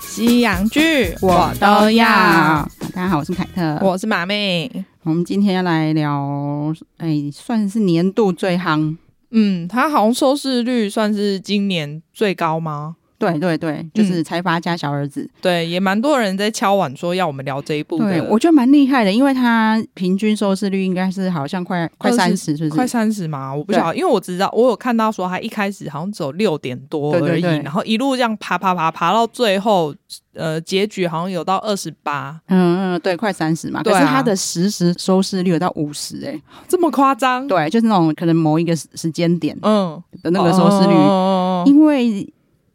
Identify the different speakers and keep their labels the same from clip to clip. Speaker 1: 西洋剧
Speaker 2: 大家好，我是凯特。我
Speaker 1: 我是马妹。
Speaker 2: 们今天要来聊，哎、算是年度最夯。
Speaker 1: 嗯，它好像收视率算是今年最高吗？
Speaker 2: 对对对，
Speaker 1: 嗯
Speaker 2: 就是财阀家小儿子。
Speaker 1: 对，也蛮多人在敲碗说要我们聊这一部的。
Speaker 2: 对，我觉得蛮厉害的，因为它平均收视率应该是好像快快三十，是不
Speaker 1: 快
Speaker 2: 是？
Speaker 1: 三十嘛，我不晓得，因为我只知道我有看到说它一开始好像只有六点多而
Speaker 2: 对
Speaker 1: 已，
Speaker 2: 对对
Speaker 1: 然后一路这样爬爬爬爬到最后，呃，结局好像有到二十 八，
Speaker 2: 嗯嗯，对，快三十嘛。
Speaker 1: 对啊
Speaker 2: 可是它的实时收视率有到五十，哎，
Speaker 1: 这么夸张？
Speaker 2: 对，就是那种可能某一个时时间点
Speaker 1: 嗯，
Speaker 2: 的那个收视率，
Speaker 1: 哦
Speaker 2: 因为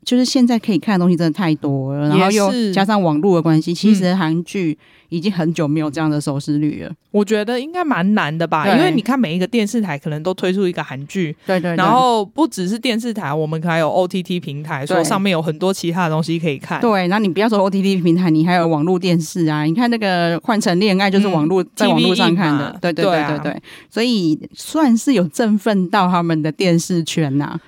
Speaker 2: 就是现在可以看的东西真的太多了，然后
Speaker 1: 也
Speaker 2: 又
Speaker 1: 是
Speaker 2: 加上网络的关系，其实韩剧已经很久没有这样的收视率了。
Speaker 1: 我觉得应该蛮难的吧，
Speaker 2: 对
Speaker 1: 因为你看每一个电视台可能都推出一个韩剧，
Speaker 2: 对对
Speaker 1: 然后不只是电视台，我们还有 OTT 平台，
Speaker 2: 对
Speaker 1: 说上面有很多其他的东西可以看。
Speaker 2: 对，然后你不要说 OTT 平台，你还有网络电视啊。你看那个《换成恋爱》就是
Speaker 1: 嗯
Speaker 2: 网络、在网络上看
Speaker 1: TVE 嘛
Speaker 2: 的，对对
Speaker 1: 对
Speaker 2: 对
Speaker 1: 啊
Speaker 2: 对对，所以算是有振奋到他们的电视圈呐、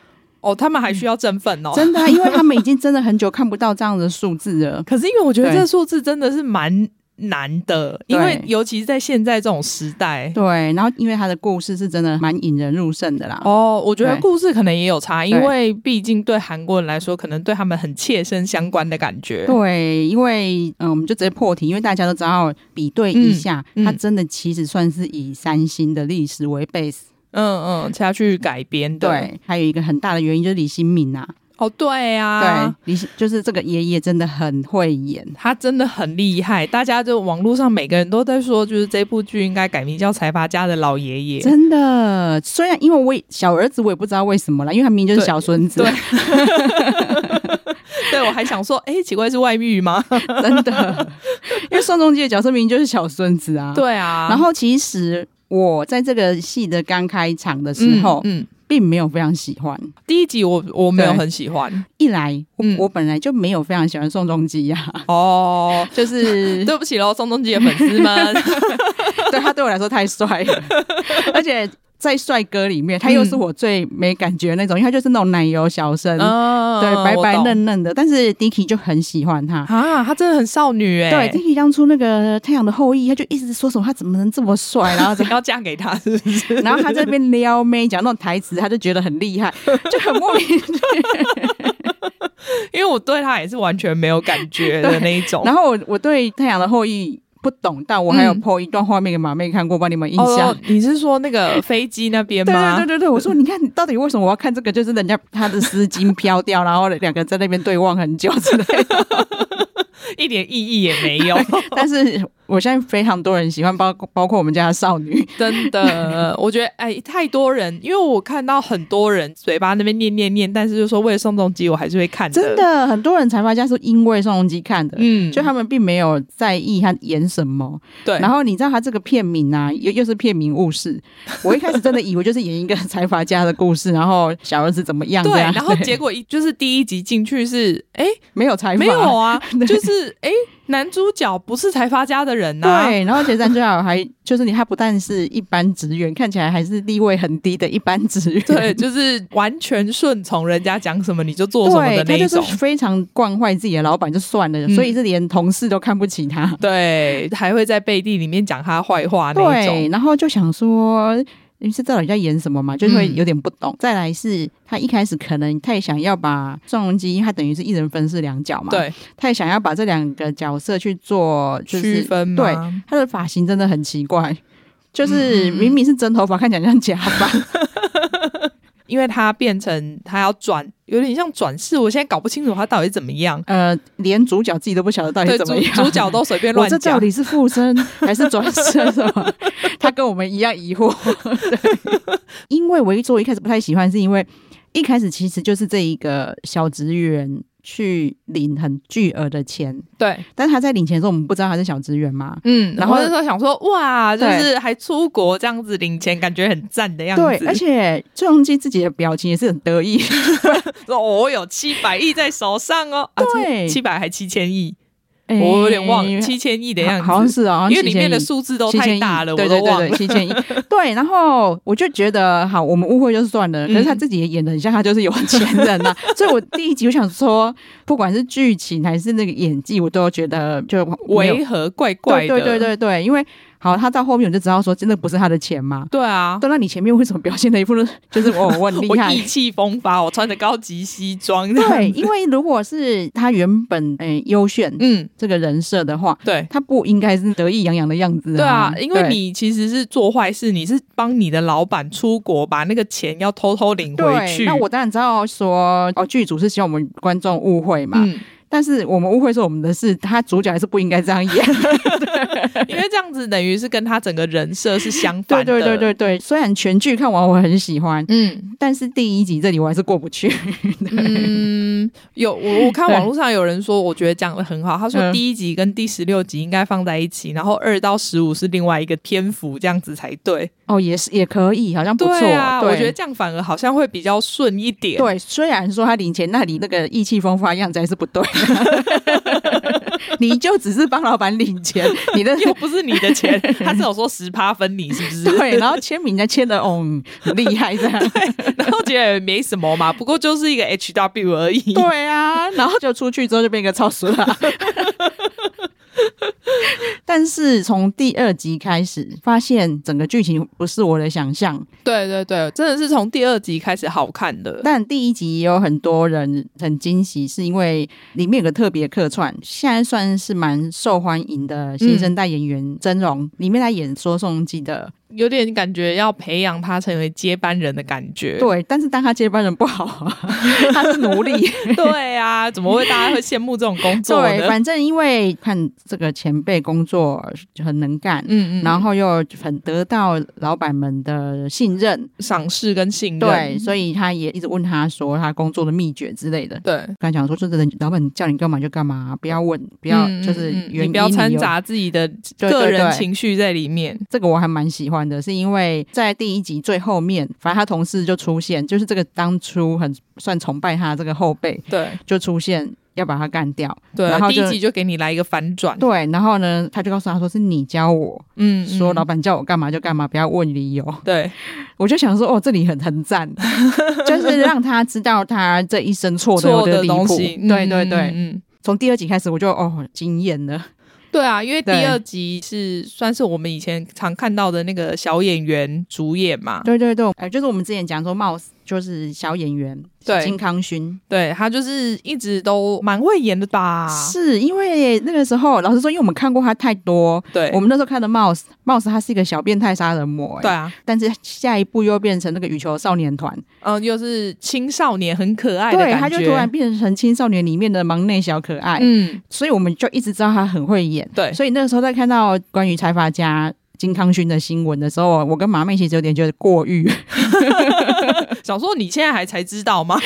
Speaker 1: 哦，他们还需要振奋哦。
Speaker 2: 真的啊、因为他们已经真的很久看不到这样的数字 了。
Speaker 1: 可是因为我觉得
Speaker 2: 对
Speaker 1: 这数字真的是蛮难的，因为
Speaker 2: 对
Speaker 1: 尤其是在现在这种时代。
Speaker 2: 对，然后因为他的故事是真的蛮引人入胜的啦。
Speaker 1: 哦，我觉得
Speaker 2: 啊对
Speaker 1: 故事可能也有差，因
Speaker 2: 对
Speaker 1: 为毕竟对韩国人来说，可能对他们很切身相关的感觉。
Speaker 2: 对，因为嗯，我们就直接破题，因为大家都知道比对一下，
Speaker 1: 嗯嗯
Speaker 2: 它真的其实算是以三星的历史为 base。
Speaker 1: 嗯嗯，下去改编的。，
Speaker 2: 对，还有一个很大的原因就是李新民啊，
Speaker 1: 哦，对啊，
Speaker 2: 对，李新就是这个爷爷真的很会演。
Speaker 1: 他真的很厉害，大家就网络上每个人都在说，就是这部剧应该改名叫《财阀家的老爷爷》。
Speaker 2: 真的，虽然因为我也小儿子，我也不知道为什么啦，因为他明明就是
Speaker 1: 对
Speaker 2: 小孙子，
Speaker 1: 对 对，我还想说，哎、奇怪是外遇 吗？
Speaker 2: 真的，因为宋仲基的角色明明就是小孙子啊。，
Speaker 1: 对啊，
Speaker 2: 然后其实我在这个戏的刚开场的时候，
Speaker 1: 嗯，嗯
Speaker 2: 并没有非常喜欢，
Speaker 1: 第一集我我没有
Speaker 2: 对
Speaker 1: 很喜欢
Speaker 2: 一来，我、
Speaker 1: 嗯
Speaker 2: 我本来就没有非常喜欢宋仲基 呀、
Speaker 1: 哦。
Speaker 2: 就是
Speaker 1: 对不起喽，宋仲基的粉丝 们。
Speaker 2: 对他对我来说太 帅了，而且在帅哥里面，他又是我最没感觉的那种，因为他就是那种奶油小生，
Speaker 1: 嗯
Speaker 2: 对，白白
Speaker 1: 我懂
Speaker 2: 嫩嫩的。但是 Dicky 就很喜欢他。
Speaker 1: 啊，他真的很少女哎、
Speaker 2: 对，Dicky 当初那个《太阳的后裔》，他就一直说什么他怎么能这么 帅，然后怎
Speaker 1: 要嫁给他是不 是？
Speaker 2: 然后他这边撩妹讲那种台词，他就觉得很 厉害，就很莫名。
Speaker 1: 因为我对他也是完全没有感觉的那一种。
Speaker 2: 然后我我对《太阳的后裔》不懂，但我还有
Speaker 1: 嗯
Speaker 2: po 一段画面给马妹看过，帮你们印象。
Speaker 1: 哦，你是说那个飞机那边
Speaker 2: 对
Speaker 1: 吗？
Speaker 2: 对对对对，我说 你看，你到底为什么我要看这个？就是人家他的丝巾飘掉，然后两个在那边对望很久之类的。
Speaker 1: 一点意义也没 有，
Speaker 2: 但是我现在非常多人喜欢，包包括我们家的少女。
Speaker 1: 真的， 我觉得哎，太多人，因为我看到很多人嘴巴那边念念念，但是就说为了宋仲基，我还是会看
Speaker 2: 真
Speaker 1: 的，
Speaker 2: 的，很多人才发现是因为宋仲基看的。
Speaker 1: 嗯，
Speaker 2: 就他们并没有在意他演什么，
Speaker 1: 对，
Speaker 2: 然后你知道他这个片名啊，又又是片名误事。我一开始真的以为就是演一个财阀家的故事，然后小儿子怎么样这
Speaker 1: 对，
Speaker 2: 样，
Speaker 1: 然后
Speaker 2: 对
Speaker 1: 结果一就是第一集进去是哎
Speaker 2: 没有财阀，
Speaker 1: 没有啊，
Speaker 2: 对
Speaker 1: 就是哎男主角不是财阀家的人呐、
Speaker 2: 对，然后杰三最好还就是你，他不但是一般职员，看起来还是地位很低的一般职员。
Speaker 1: 对，就是完全顺从人家讲什么你就做什么
Speaker 2: 对，
Speaker 1: 的
Speaker 2: 他
Speaker 1: 那一
Speaker 2: 就是
Speaker 1: 种。
Speaker 2: 非常惯坏自己的老板就算了，
Speaker 1: 嗯
Speaker 2: 所以是连同事都看不起 他。
Speaker 1: 对，还会在背地里面讲他坏话那一
Speaker 2: 对，
Speaker 1: 种。
Speaker 2: 然后就想说。你是到底在演什么嘛？就是会
Speaker 1: 嗯
Speaker 2: 有点不懂。再来是他一开始可能太想要把宋仲基，他等于是一人分饰两角嘛，，
Speaker 1: 对，
Speaker 2: 太想要把这两个角色去做
Speaker 1: 区、
Speaker 2: 就是
Speaker 1: 分嘛。
Speaker 2: 对，他的发型真的很奇怪，就
Speaker 1: 嗯
Speaker 2: 是
Speaker 1: 嗯嗯
Speaker 2: 明明是真头发，看起来像假发，
Speaker 1: 因为他变成他要转，有点像转世，我现在搞不清楚他到底是怎么样。
Speaker 2: 呃，连主角自己都不晓得到底
Speaker 1: 对，
Speaker 2: 怎么
Speaker 1: 主
Speaker 2: 样。
Speaker 1: 主角都随便
Speaker 2: 我
Speaker 1: 乱
Speaker 2: 这到
Speaker 1: 讲。
Speaker 2: 底是附身 还是转身什 么？他跟我们一样疑惑。对，因为我一做一开始不太喜欢，是因为一开始其实就是这一个小职员去领很巨额的钱，
Speaker 1: 对，
Speaker 2: 但是他在领钱的时候，我们不知道他是小职员嘛。
Speaker 1: 嗯，然
Speaker 2: 然
Speaker 1: 后
Speaker 2: 后
Speaker 1: 那时候想说，哇，就
Speaker 2: 对
Speaker 1: 是还出国这样子领钱，感觉很赞的样子。
Speaker 2: 对，而且郑中基自己的表情也是很得意，
Speaker 1: 说哦我有七百亿在手上哦，啊
Speaker 2: 对
Speaker 1: 七百还七千亿，
Speaker 2: 哎
Speaker 1: 我有点忘七千亿的样子，
Speaker 2: 好好像是啊，好像
Speaker 1: 因为里面的
Speaker 2: 7000亿
Speaker 1: 数字都
Speaker 2: 七千
Speaker 1: 太
Speaker 2: 亿
Speaker 1: 大了，我
Speaker 2: 对
Speaker 1: 都
Speaker 2: 对
Speaker 1: 忘
Speaker 2: 对
Speaker 1: 了
Speaker 2: 对，。七千亿， 对。然后我就觉得，好，我们误会就算了。可是他自己也演的很像，他就是有钱人呐、 所以我第一集我想说，不管是剧情还是那个演技，我都觉得就没有
Speaker 1: 违和怪怪的，
Speaker 2: 对对对对对，因为好，他到后面我就知道说，真的不是他的钱嘛。
Speaker 1: 对啊！
Speaker 2: 对，那你前面为什么表现的一副 就是就是我我很厉
Speaker 1: 我
Speaker 2: 害
Speaker 1: 意？气风发，我穿着高级西装，
Speaker 2: 对，，因为如果是他原本诶优、选
Speaker 1: 嗯，
Speaker 2: 这个人设的话，
Speaker 1: 对。
Speaker 2: 他不应该是得意洋洋的样子、
Speaker 1: 对啊
Speaker 2: 啊，，
Speaker 1: 因为
Speaker 2: 对
Speaker 1: 你其实是做坏事，你是帮你的老板出国，把那个钱要偷偷领回
Speaker 2: 对，
Speaker 1: 去。
Speaker 2: 那我当然知道说，哦，剧组是希望我们观众误会嘛，
Speaker 1: 嗯，
Speaker 2: 但是我们误会是我们的事，他主角还是不应该这 样演。
Speaker 1: 因为这样子等于是跟他整个人设是相
Speaker 2: 对
Speaker 1: 反的。
Speaker 2: 对对对对，虽然全剧看完我很喜欢，
Speaker 1: 嗯
Speaker 2: 但是第一集这里我还是过不去。
Speaker 1: 嗯，有我我看
Speaker 2: 对
Speaker 1: 网络上有人说，我觉得讲的很好。他说
Speaker 2: 嗯
Speaker 1: 第一集跟第十六集应该放在一起，然后二到十五是另外一个篇幅，这样子才对。
Speaker 2: 哦，也是也可以，好像不错。
Speaker 1: 对啊，
Speaker 2: 对
Speaker 1: 我觉得这样反而好像会比较顺一点。
Speaker 2: 对，虽然说他领钱那里那个意气风发样子还是不 对的，你就只是帮老板领钱，你的
Speaker 1: 又不是你的钱，他是有说十趴分你，是不 是？
Speaker 2: 对，然后签名人家签的哦，嗯很厉害这样。
Speaker 1: 然后觉得也没什么嘛，不过就是一个 H W 而已。
Speaker 2: 对啊，然后就出去之后就变一个超俗了。 但是从第二集开始，发现整个剧情不是我的想象。
Speaker 1: 对对对，真的是从第二集开始好看的。
Speaker 2: 但第一集也有很多人很惊喜，是因为里面有个特别客串，现在算是蛮受欢迎的新生代演员曾荣，里面来演说宋记的。
Speaker 1: 有点感觉要培养他成为接班人的感觉。
Speaker 2: 对，但是当他接班人不好 啊，他是奴 隶。
Speaker 1: 对啊，怎么会大家会羡慕这种工作
Speaker 2: 对，
Speaker 1: 呢？
Speaker 2: 反正因为看这个前辈工作很能干，
Speaker 1: 嗯嗯，
Speaker 2: 然后又很得到老板们的信任，
Speaker 1: 赏识跟信任，
Speaker 2: 对，所以他也一直问他说他工作的秘诀之类的。
Speaker 1: 对，
Speaker 2: 跟他讲说，就真的，老板叫你干嘛就干嘛，不要问，不
Speaker 1: 不
Speaker 2: 要就是原
Speaker 1: 嗯你
Speaker 2: 因
Speaker 1: 不要掺
Speaker 2: 由。
Speaker 1: 杂自己的
Speaker 2: 对
Speaker 1: 个
Speaker 2: 对
Speaker 1: 人
Speaker 2: 对
Speaker 1: 情绪在里面。
Speaker 2: 这个我还蛮喜欢的，是因为在第一集最后面，反正他同事就出现，就是这个当初很算崇拜他的这个后辈
Speaker 1: 对
Speaker 2: 就出现要把他干掉。
Speaker 1: 对
Speaker 2: 然后
Speaker 1: 第
Speaker 2: 就
Speaker 1: 一集就给你来一个反转。
Speaker 2: 对，然后呢，他就告诉他说是你教我，
Speaker 1: 嗯，嗯
Speaker 2: 说老板叫我干嘛就干嘛，不要问理由。
Speaker 1: 对
Speaker 2: 我就想说，哦，这里很 很赞，就是让他知道他这一生错的有
Speaker 1: 错
Speaker 2: 多
Speaker 1: 的
Speaker 2: 离
Speaker 1: 东
Speaker 2: 谱。
Speaker 1: 西，嗯
Speaker 2: 对对
Speaker 1: 嗯
Speaker 2: 对，
Speaker 1: 嗯。嗯
Speaker 2: 从第二集开始我就哦惊艳了。
Speaker 1: 对啊，因为第
Speaker 2: 对
Speaker 1: 二集是算是我们以前常看到的那个小演员主演嘛，
Speaker 2: 对对对，呃，就是我们之前讲说貌似就是小演员
Speaker 1: 对
Speaker 2: 金康勋，
Speaker 1: 对他就是一直都蛮会演的吧？
Speaker 2: 是因为那个时候老实说，因为我们看过他太多。
Speaker 1: 对，
Speaker 2: 我们那时候看的 Mouse Mouse，他是一个小变态杀人魔、欸
Speaker 1: 对，啊，
Speaker 2: 但是下一步又变成那个羽球少年团，
Speaker 1: 嗯，又是青少年很可爱的
Speaker 2: 对，
Speaker 1: 感
Speaker 2: 他
Speaker 1: 觉，
Speaker 2: 就突然变成青少年里面的忙内小可爱，
Speaker 1: 嗯，
Speaker 2: 所以我们就一直知道他很会演。
Speaker 1: 对
Speaker 2: 所以那个时候在看到关于财阀家金康勋的新闻的时候，我跟马妹其实有点觉得过誉，
Speaker 1: 想说你现在还才知道吗？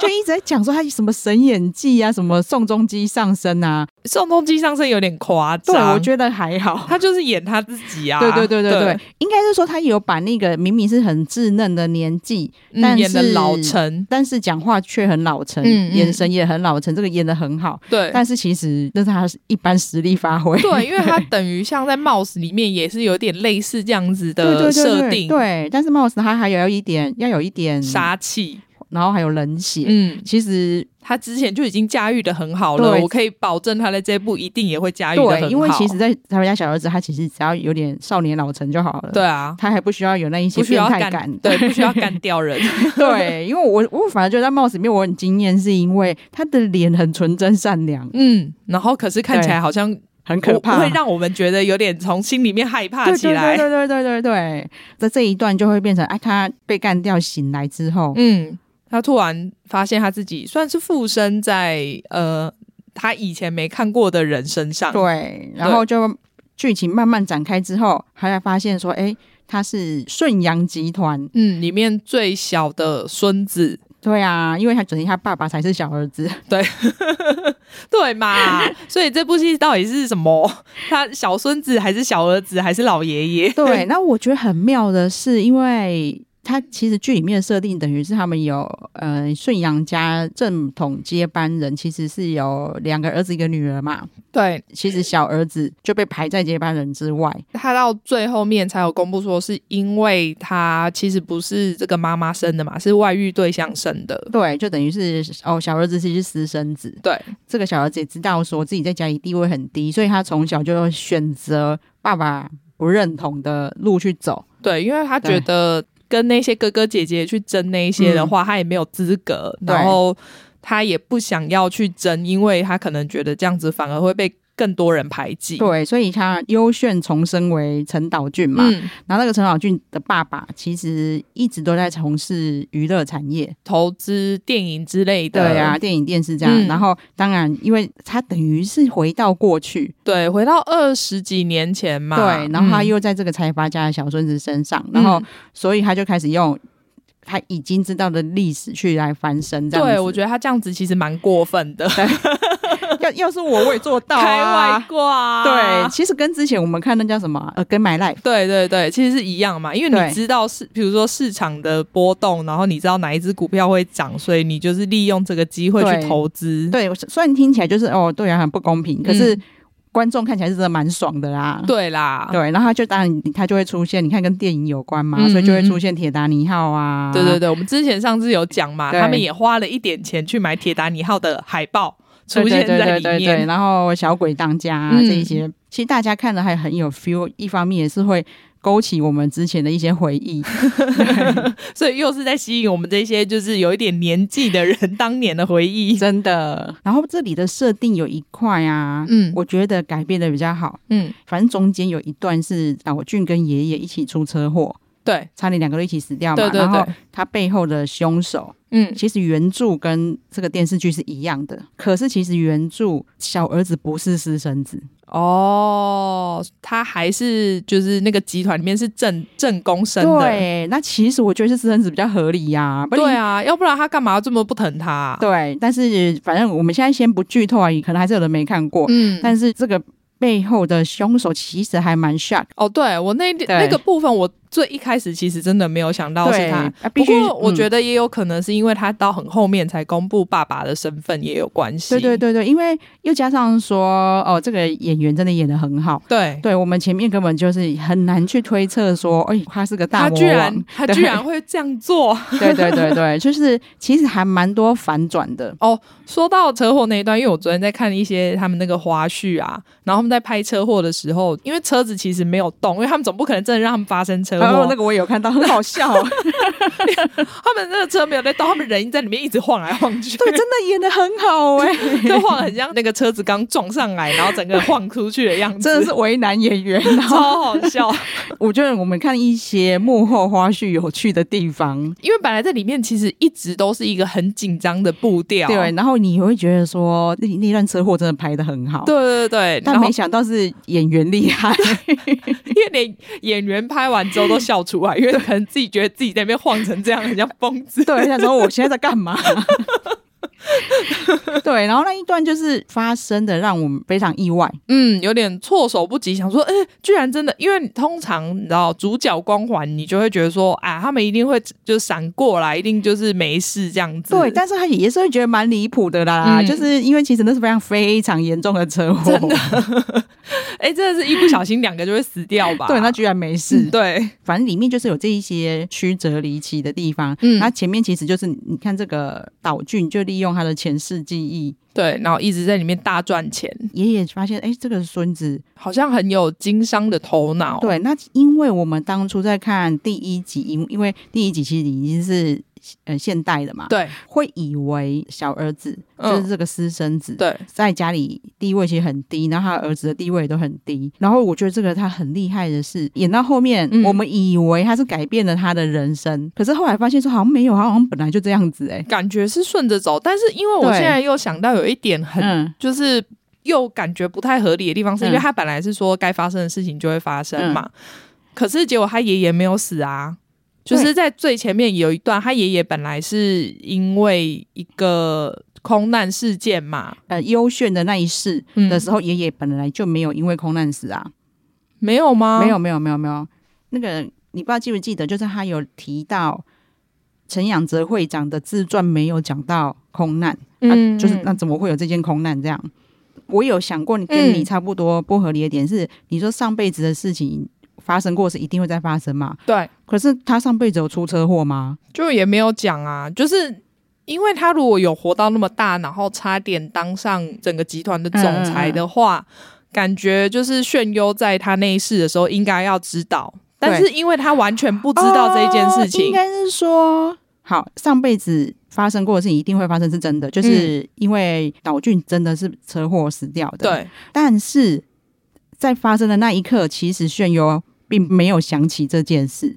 Speaker 2: 就一直在讲说他什么神演技啊，什么宋仲基上身啊，
Speaker 1: 宋仲基上身有点夸张，
Speaker 2: 对我觉得还好。
Speaker 1: 他就是演他自己啊，
Speaker 2: 对对对对对，
Speaker 1: 对，
Speaker 2: 应该是说他有把那个明明是很稚嫩的年纪，
Speaker 1: 嗯
Speaker 2: 但是
Speaker 1: 演的老成，
Speaker 2: 但是讲话却很老成，
Speaker 1: 嗯嗯
Speaker 2: 眼神也很老成，这个演的很好。
Speaker 1: 对。
Speaker 2: 但是其实那是他一般实力发挥，
Speaker 1: 对，因为他等于像在《Mouse》里面也是有点类似这样子
Speaker 2: 对
Speaker 1: 的
Speaker 2: 对对
Speaker 1: 设
Speaker 2: 对
Speaker 1: 定，
Speaker 2: 对，但是 Mouse 他还有一点要有一点，
Speaker 1: 杀气，
Speaker 2: 然后还有冷血，
Speaker 1: 嗯，
Speaker 2: 其实
Speaker 1: 他之前就已经驾驭的很好了，
Speaker 2: 对
Speaker 1: 我可以保证他在这一部一定也会驾驭的很好。
Speaker 2: 对，因为其实，在他们家小儿子，他其实只要有点少年老成就好了。
Speaker 1: 对。啊，
Speaker 2: 他还不需要有那一些
Speaker 1: 不需
Speaker 2: 变
Speaker 1: 要
Speaker 2: 态
Speaker 1: 干
Speaker 2: 感，
Speaker 1: 对，不需要干掉人，
Speaker 2: 对，因为我我反而觉得在 Mouse 里面我很惊艳，是因为他的脸很纯真善良，
Speaker 1: 嗯，然后可是看起来好像
Speaker 2: 很可怕，
Speaker 1: 会让我们觉得有点从心里面害怕
Speaker 2: 对
Speaker 1: 起来。
Speaker 2: 对对对对对对，在这一段就会变成，哎，他被干掉醒来之后，
Speaker 1: 嗯，他突然发现他自己算是附身在呃他以前没看过的人身上，
Speaker 2: 对，然后就剧情慢慢展开之后，他才发现说，哎，他是顺阳集团，
Speaker 1: 嗯，里面最小的孙子，
Speaker 2: 对啊，因为他整天他爸爸才是小儿子，
Speaker 1: 对嘛？所以这部戏到底是什么？他小孙子还是小儿子还是老爷爷？
Speaker 2: 对，那我觉得很妙的是，因为它其实剧里面的设定等于是他们有呃顺阳家正统接班人，其实是有两个儿子一个女儿嘛。
Speaker 1: 对
Speaker 2: 其实小儿子就被排在接班人之外，
Speaker 1: 他到最后面才有公布说，是因为他其实不是这个妈妈生的嘛，是外遇对象生的。
Speaker 2: 对，就等于是哦小儿子其实是私生子，
Speaker 1: 对，
Speaker 2: 这个小儿子也知道说自己在家里地位很低，所以他从小就选择爸爸不认同的路去走。
Speaker 1: 对，因为他觉得跟那些哥哥姐姐去争那些的话，他也没有资格，
Speaker 2: 嗯对
Speaker 1: 然后他也不想要去争，因为他可能觉得这样子反而会被更多人排挤。，
Speaker 2: 对，所以他优选重生为陈岛俊嘛。
Speaker 1: 嗯，
Speaker 2: 然后那个陈岛俊的爸爸其实一直都在从事娱乐产业，
Speaker 1: 投资电影之类的，
Speaker 2: 对啊，，电影、电视这样。
Speaker 1: 嗯
Speaker 2: 然后当然，因为他等于是回到过去，
Speaker 1: 对，回到二十几年前嘛，
Speaker 2: 对，然后他
Speaker 1: 嗯
Speaker 2: 又在这个财阀家的小孙子身上，然后
Speaker 1: 嗯
Speaker 2: 所以他就开始用他已经知道的历史去来翻身，这样
Speaker 1: 对我
Speaker 2: 得
Speaker 1: 觉得他这样子其实蛮过分的，
Speaker 2: 要要是我我也做到
Speaker 1: 开外
Speaker 2: 啊。
Speaker 1: 挂、
Speaker 2: 对，其实跟之前我们看那叫什么啊呃，跟 My Life，
Speaker 1: 对对对，其实是一样嘛，因为
Speaker 2: 对
Speaker 1: 你知道市，比如说市场的波动，然后你知道哪一只股票会涨，所以你就是利用这个机会
Speaker 2: 对
Speaker 1: 去投资。
Speaker 2: 对，虽然听起来就是哦，对啊，很不公平，可
Speaker 1: 嗯
Speaker 2: 是观众看起来是真的蛮爽的啦。
Speaker 1: 对啦，
Speaker 2: 对，然后他就当然他就会出现，你看跟电影有关嘛，
Speaker 1: 嗯
Speaker 2: 所以就会
Speaker 1: 嗯
Speaker 2: 出现铁达尼号啊，
Speaker 1: 对对对我们之前上次有讲嘛，
Speaker 2: 对
Speaker 1: 他们也花了一点钱去买铁达尼号的海报出
Speaker 2: 对
Speaker 1: 现
Speaker 2: 对
Speaker 1: 在
Speaker 2: 对
Speaker 1: 里
Speaker 2: 对对，
Speaker 1: 面。
Speaker 2: 然后小鬼当家、啊
Speaker 1: 嗯
Speaker 2: 这一些，其实大家看了还很有 feel，一方面也是会勾起我们之前的一些回 忆。
Speaker 1: 所以又是在吸引我们这些就是有一点年纪的人当年的回忆。
Speaker 2: 真的。然后这里的设定有一块啊，
Speaker 1: 嗯
Speaker 2: 我觉得改变的比较好。
Speaker 1: 嗯，
Speaker 2: 反正中间有一段是老俊跟爷爷一起出车祸，
Speaker 1: 对
Speaker 2: 差点两个都一起死掉嘛。
Speaker 1: 对对
Speaker 2: 然后
Speaker 1: 对，
Speaker 2: 他背后的凶手，
Speaker 1: 嗯，
Speaker 2: 其实原著跟这个电视剧是一样的，可是其实原著小儿子不是私生子，
Speaker 1: 哦，他还是就是那个集团里面是正正宫生的，
Speaker 2: 对。那其实我觉得是私生子比较合理呀、不然
Speaker 1: 对啊，要不然他干嘛这么不疼他、啊
Speaker 2: 对，但是反正我们现在先不剧透而已，可能还是有人没看过。
Speaker 1: 嗯，但
Speaker 2: 但是这个背后的凶手其实还蛮 shock，
Speaker 1: 哦，对我那那个部分，我最一开始其实真的没有想到是
Speaker 2: 对，
Speaker 1: 他。
Speaker 2: 啊
Speaker 1: 不
Speaker 2: 必须
Speaker 1: 过我觉
Speaker 2: 得、
Speaker 1: 得也有可能是因为他到很后面才公布爸爸的身份也有关系。
Speaker 2: 对对对对，因为又加上说，哦，这个演员真的演的很好。
Speaker 1: 对，
Speaker 2: 对我们前面根本就是很难去推测说，哎，他是个大
Speaker 1: 他
Speaker 2: 魔
Speaker 1: 居
Speaker 2: 王
Speaker 1: 然。他
Speaker 2: 对
Speaker 1: 居然会这样做。
Speaker 2: 对对对对，就是其实还蛮多反转的。
Speaker 1: 说到车祸那一段，因为我昨天在看一些他们那个花絮啊，然后他们在拍车祸的时候，因为车子其实没有动，因为他们总不可能真的让他们发生车祸。
Speaker 2: 然后哦那个我也有看到，很好笑、哦，
Speaker 1: 他们那个车没有在动，他们人在里面一直晃来晃去。
Speaker 2: 对，真的演的很好哎、
Speaker 1: 就晃得很像那个车子刚撞上来，然后整个晃出去的样子，
Speaker 2: 真的是为难演员。哦 然后
Speaker 1: 超好笑。
Speaker 2: 我觉得我们看一些幕后花絮有趣的地方，
Speaker 1: 因为本来在里面其实一直都是一个很紧张的步调，
Speaker 2: 对，然后你会觉得说那那段车祸真的拍的很好，，
Speaker 1: 对对对，
Speaker 2: 但
Speaker 1: 然后
Speaker 2: 没想到是演员厉 害，
Speaker 1: 因为连演员拍完之后都笑出来，因为可能自己觉得自己在那边晃成这样，很像疯 子。
Speaker 2: 对，想说我现在在干 嘛？对，然后那一段就是发生的让我们非常意外，
Speaker 1: 嗯，有点措手不及，想说，哎、居然真的，因为你通常你知道主角光环，你就会觉得说，啊，他们一定会就闪过来，一定就是没事这样子。
Speaker 2: 对，但是他也是会觉得蛮离谱的啦，
Speaker 1: 嗯
Speaker 2: 就是因为其实那是非常非常严重的车祸，真的，
Speaker 1: 哎、真的是一不小心两个就会死掉吧？嗯
Speaker 2: 对，那居然没事，
Speaker 1: 对，
Speaker 2: 反正里面就是有这一些曲折离奇的地方。
Speaker 1: 嗯
Speaker 2: 那前面其实就是你看这个岛俊就利用他的前世记忆，
Speaker 1: 对，然后一直在里面大赚钱，
Speaker 2: 爷爷发现哎、诶这个孙子
Speaker 1: 好像很有经商的头脑。
Speaker 2: 对。那因为我们当初在看第一集，因因为第一集其实已经是呃现代的嘛，，
Speaker 1: 对
Speaker 2: 会以为小儿子
Speaker 1: 嗯
Speaker 2: 就是这个私生子。
Speaker 1: 对，
Speaker 2: 在家里地位其实很低，然后他儿子的地位也都很低。然后我觉得这个他很厉害的是，演到后面、
Speaker 1: 嗯
Speaker 2: 我们以为他是改变了他的人生，可是后来发现说好像没有，好像本来就这样子哎、欸。
Speaker 1: 感觉是顺着走，但是因为我
Speaker 2: 对
Speaker 1: 现在又想到有一点很、
Speaker 2: 嗯
Speaker 1: 就是。又感觉不太合理的地方，是因为
Speaker 2: 嗯
Speaker 1: 他本来是说该发生的事情就会发生嘛，可是结果他爷爷没有死啊，就是在最前面有一段，他爷爷本来是因为一个空难事件嘛，
Speaker 2: 呃，优炫的那一世
Speaker 1: 嗯
Speaker 2: 的时候，爷爷本来就没有因为空难死啊，
Speaker 1: 没有吗？
Speaker 2: 没有没有没有没有，那个你不知道记不记得，就是他有提到陈养哲会长的自传没有讲到空难，
Speaker 1: 嗯
Speaker 2: 啊，就是那怎么会有这件空难这样？我有想过，你跟你
Speaker 1: 嗯
Speaker 2: 差不多不合理的点是，你说上辈子的事情发生过是一定会再发生嘛？
Speaker 1: 对，
Speaker 2: 可是他上辈子有出车祸吗？
Speaker 1: 就也没有讲啊，就是因为他如果有活到那么大，然后差点当上整个集团的总裁的话，感觉就是炫优在他那一世的时候应该要知道，但是因为他完全不知道这一件事
Speaker 2: 哦应
Speaker 1: 情，
Speaker 2: 该是说，好，上辈子发生过的事情一定会发生，是真的，就是因为岛俊真的是车祸死掉的。，
Speaker 1: 对，
Speaker 2: 但是在发生的那一刻，其实炫优并没有想起这件事，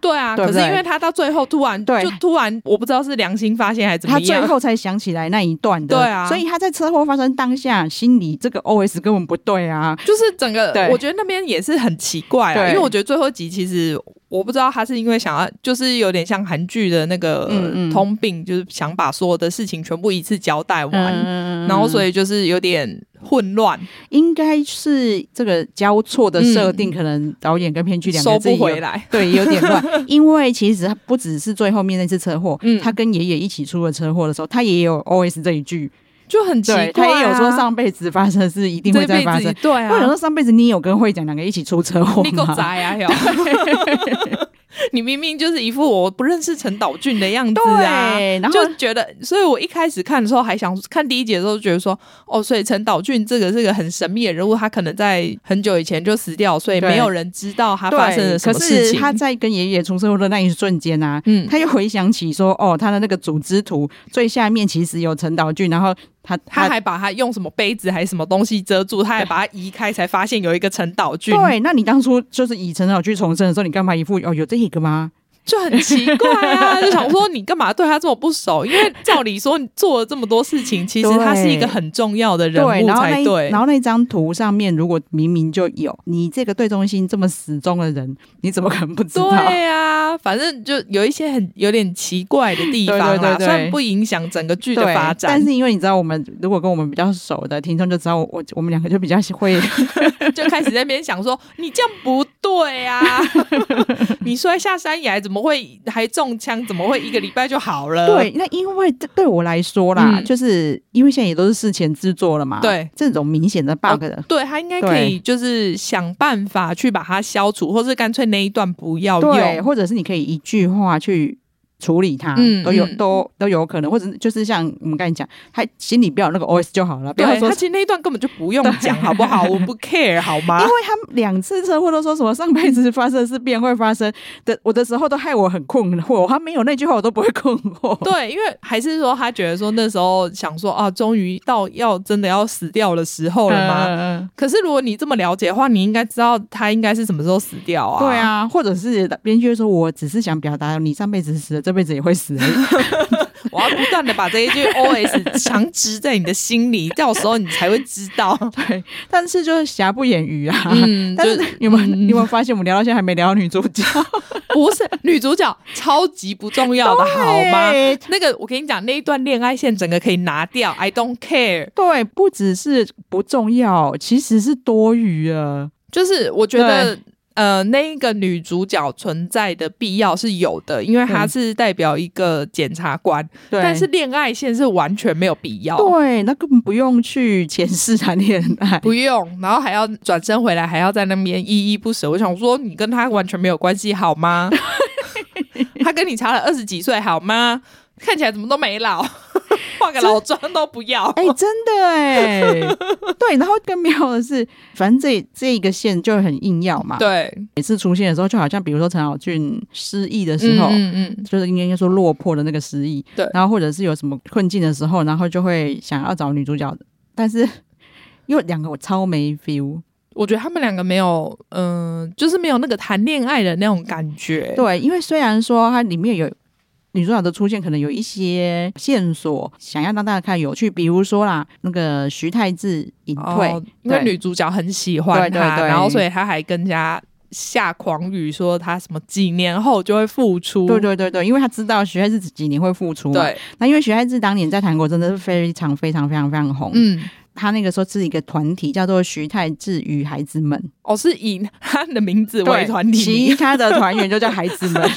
Speaker 1: 对啊，
Speaker 2: 对不
Speaker 1: 可
Speaker 2: 对
Speaker 1: 是因为他到最后突然
Speaker 2: 对
Speaker 1: 就突然，我不知道是良心发现还是怎
Speaker 2: 他
Speaker 1: 么
Speaker 2: 最
Speaker 1: 样，
Speaker 2: 后才想起来那一段的。
Speaker 1: 对啊
Speaker 2: 所以他在车祸发生当下，心里这个 OS 根本不对啊。
Speaker 1: 就是整个
Speaker 2: 对，
Speaker 1: 我觉得那边也是很奇怪啊，
Speaker 2: 对
Speaker 1: 因为我觉得最后一集其实我不知道他是因为想要，就是有点像韩剧的那个
Speaker 2: 嗯嗯
Speaker 1: 通病，就是想把所有的事情全部一次交代完，
Speaker 2: 嗯
Speaker 1: 然后所
Speaker 2: 以
Speaker 1: 以就是有点混乱，
Speaker 2: 应该是这个交错的设定，可能导演跟编剧两个
Speaker 1: 收
Speaker 2: 人自己
Speaker 1: 不
Speaker 2: 有
Speaker 1: 回来。
Speaker 2: 对，有点 乱，因为其实他不只是最后面那次车祸，
Speaker 1: 嗯
Speaker 2: 他跟爷爷一起出了车祸的时候，他也有 always 这一句，
Speaker 1: 就很奇怪、啊
Speaker 2: 对，他也有说上辈子发生的事一定会
Speaker 1: 这
Speaker 2: 再
Speaker 1: 辈
Speaker 2: 发
Speaker 1: 子
Speaker 2: 生。
Speaker 1: 对
Speaker 2: 或者
Speaker 1: 啊，
Speaker 2: 说上辈子你有跟会长两个一起出车祸
Speaker 1: 你够
Speaker 2: 吗？
Speaker 1: 宅 啊，哟你明明就是一副我不认识陈岛俊的样子啊，
Speaker 2: 对，然后
Speaker 1: 就觉得，所以我一开始看的时候还想看第一集的时候，觉得说，哦，所以陈岛俊这个是个很神秘的人物，他可能在很久以前就死掉，所以
Speaker 2: 对
Speaker 1: 没有人知道他
Speaker 2: 对
Speaker 1: 发生了什么
Speaker 2: 可
Speaker 1: 事
Speaker 2: 是
Speaker 1: 情。
Speaker 2: 他在跟爷爷出车祸的那一瞬间啊，
Speaker 1: 嗯，
Speaker 2: 他又回想起说，哦，他的那个组织图最下面其实有陈岛俊，然后他
Speaker 1: 他还把他用什么杯子还是什么东西遮住，他还把它移开，才发现有一个陈岛俊，
Speaker 2: 对，那你当初就是以陈岛俊重生的时候，你干嘛一副哦有这一个吗？
Speaker 1: 就很奇怪 啊！就想说你干嘛对他这么不熟？因为照理说你做了这么多事情，其实他是一个很重要的人
Speaker 2: 对，
Speaker 1: 物
Speaker 2: 然后那
Speaker 1: 才
Speaker 2: 一
Speaker 1: 对
Speaker 2: 然。后那张图上面，如果明明就有你这个对中心这么死忠的人，你怎么可能不知道？
Speaker 1: 对啊，反正就有一些很有点奇怪的地方啦，
Speaker 2: 对对对
Speaker 1: 虽
Speaker 2: 对
Speaker 1: 然不影响整个剧
Speaker 2: 对
Speaker 1: 的发展，
Speaker 2: 但是因为你知道，我们如果跟我们比较熟的听众就知道我，我我们两个就比较会，
Speaker 1: 就开始在那边想说，你这样不对啊！ 你摔下山崖怎么会还中枪？怎么会一个礼拜就好了？
Speaker 2: 对，，那因为这对我来说啦，
Speaker 1: 嗯
Speaker 2: 就是因为现在也都是事前制作了嘛，
Speaker 1: 对，
Speaker 2: 这种明显的 bug 的，
Speaker 1: 对他应该可以就是想办法去把它消除，或是干脆那一段不要
Speaker 2: 对，
Speaker 1: 用。
Speaker 2: 或者是你可以一句话去。处理它，
Speaker 1: 嗯
Speaker 2: 都有
Speaker 1: 嗯
Speaker 2: 都都有可能，或者就是像我们刚才讲，他心里不要有那个 OS 就好了，不要
Speaker 1: 对，
Speaker 2: 说
Speaker 1: 他其实那一段根本就不用讲，好不好？我不 care，好吗？
Speaker 2: 因为他们两次车祸都说什么上辈子发生的事便会发生的，我的时候都害我很困惑。他没有那句话，我都不会困惑。
Speaker 1: 对，因为还是说他觉得说那时候想说啊，终于到要真的要死掉的时候了吗？
Speaker 2: 嗯
Speaker 1: 可是如果你这么了解的话，你应该知道他应该是什么时候死掉啊？
Speaker 2: 对，啊，或者是编剧就说，我只是想表达，你上辈子死了，这辈子也会死而已。
Speaker 1: 我要不断的把这一句 OS 强植在你的心里，到时候你才会知道。
Speaker 2: 对，但是就是瑕不掩瑜啊。
Speaker 1: 嗯，就
Speaker 2: 但是
Speaker 1: 是
Speaker 2: 你们、你有没有发现，我们聊到现在还没聊到女主 角，
Speaker 1: 不是女主角超级不重要的，好吗？
Speaker 2: 对
Speaker 1: 那个我跟你讲，那一段恋爱线整个可以拿掉，I don't care。
Speaker 2: 对，不只是不重要，其实是多余了。
Speaker 1: 就是我觉得。呃，那一个女主角存在的必要是有的，因为她是代表一个检察官，
Speaker 2: 对，
Speaker 1: 但是恋爱线是完全没有必要，
Speaker 2: 对，那根本不用去前世谈恋爱。
Speaker 1: 不用，然后还要转身回来，还要在那边依依不舍。我想说，你跟她完全没有关系好 吗？她跟你差了二十几岁好吗？看起来怎么都没 老，化个老妆都不要。
Speaker 2: 哎、真的哎、 对，然后更妙的是，反正这这一个线就很硬要嘛。，
Speaker 1: 对，
Speaker 2: 每次出现的时候，就好像比如说陈小俊失忆的时候，
Speaker 1: 嗯嗯
Speaker 2: 就是应该说落魄的那个失忆，
Speaker 1: 对嗯
Speaker 2: 然后或者是有什么困境的时候，然后就会想要找女主角，但是因为两个我超没 feel，
Speaker 1: 我觉得他们两个没有，嗯、就是没有那个谈恋爱的那种感觉。
Speaker 2: 对，因为虽然说它里面有。女主角的出现可能有一些线索，想要让大家看有趣，比如说啦，那个徐太志隐退，
Speaker 1: 哦，因为
Speaker 2: 对
Speaker 1: 女主角很喜欢他，
Speaker 2: 对对对
Speaker 1: 然后所以他还跟人家下狂语说他什么几年后就会复出，
Speaker 2: 对对对对，因为他知道徐太志几年会复出嘛，
Speaker 1: 对
Speaker 2: 那因为徐爱志当年在韩国真的是非常非常非常非常红，
Speaker 1: 嗯，
Speaker 2: 他那个时候是一个团体，叫做徐太志与孩子们，
Speaker 1: 哦，是以他的名字为
Speaker 2: 对，
Speaker 1: 团体
Speaker 2: 其，他的团员就叫孩 子们。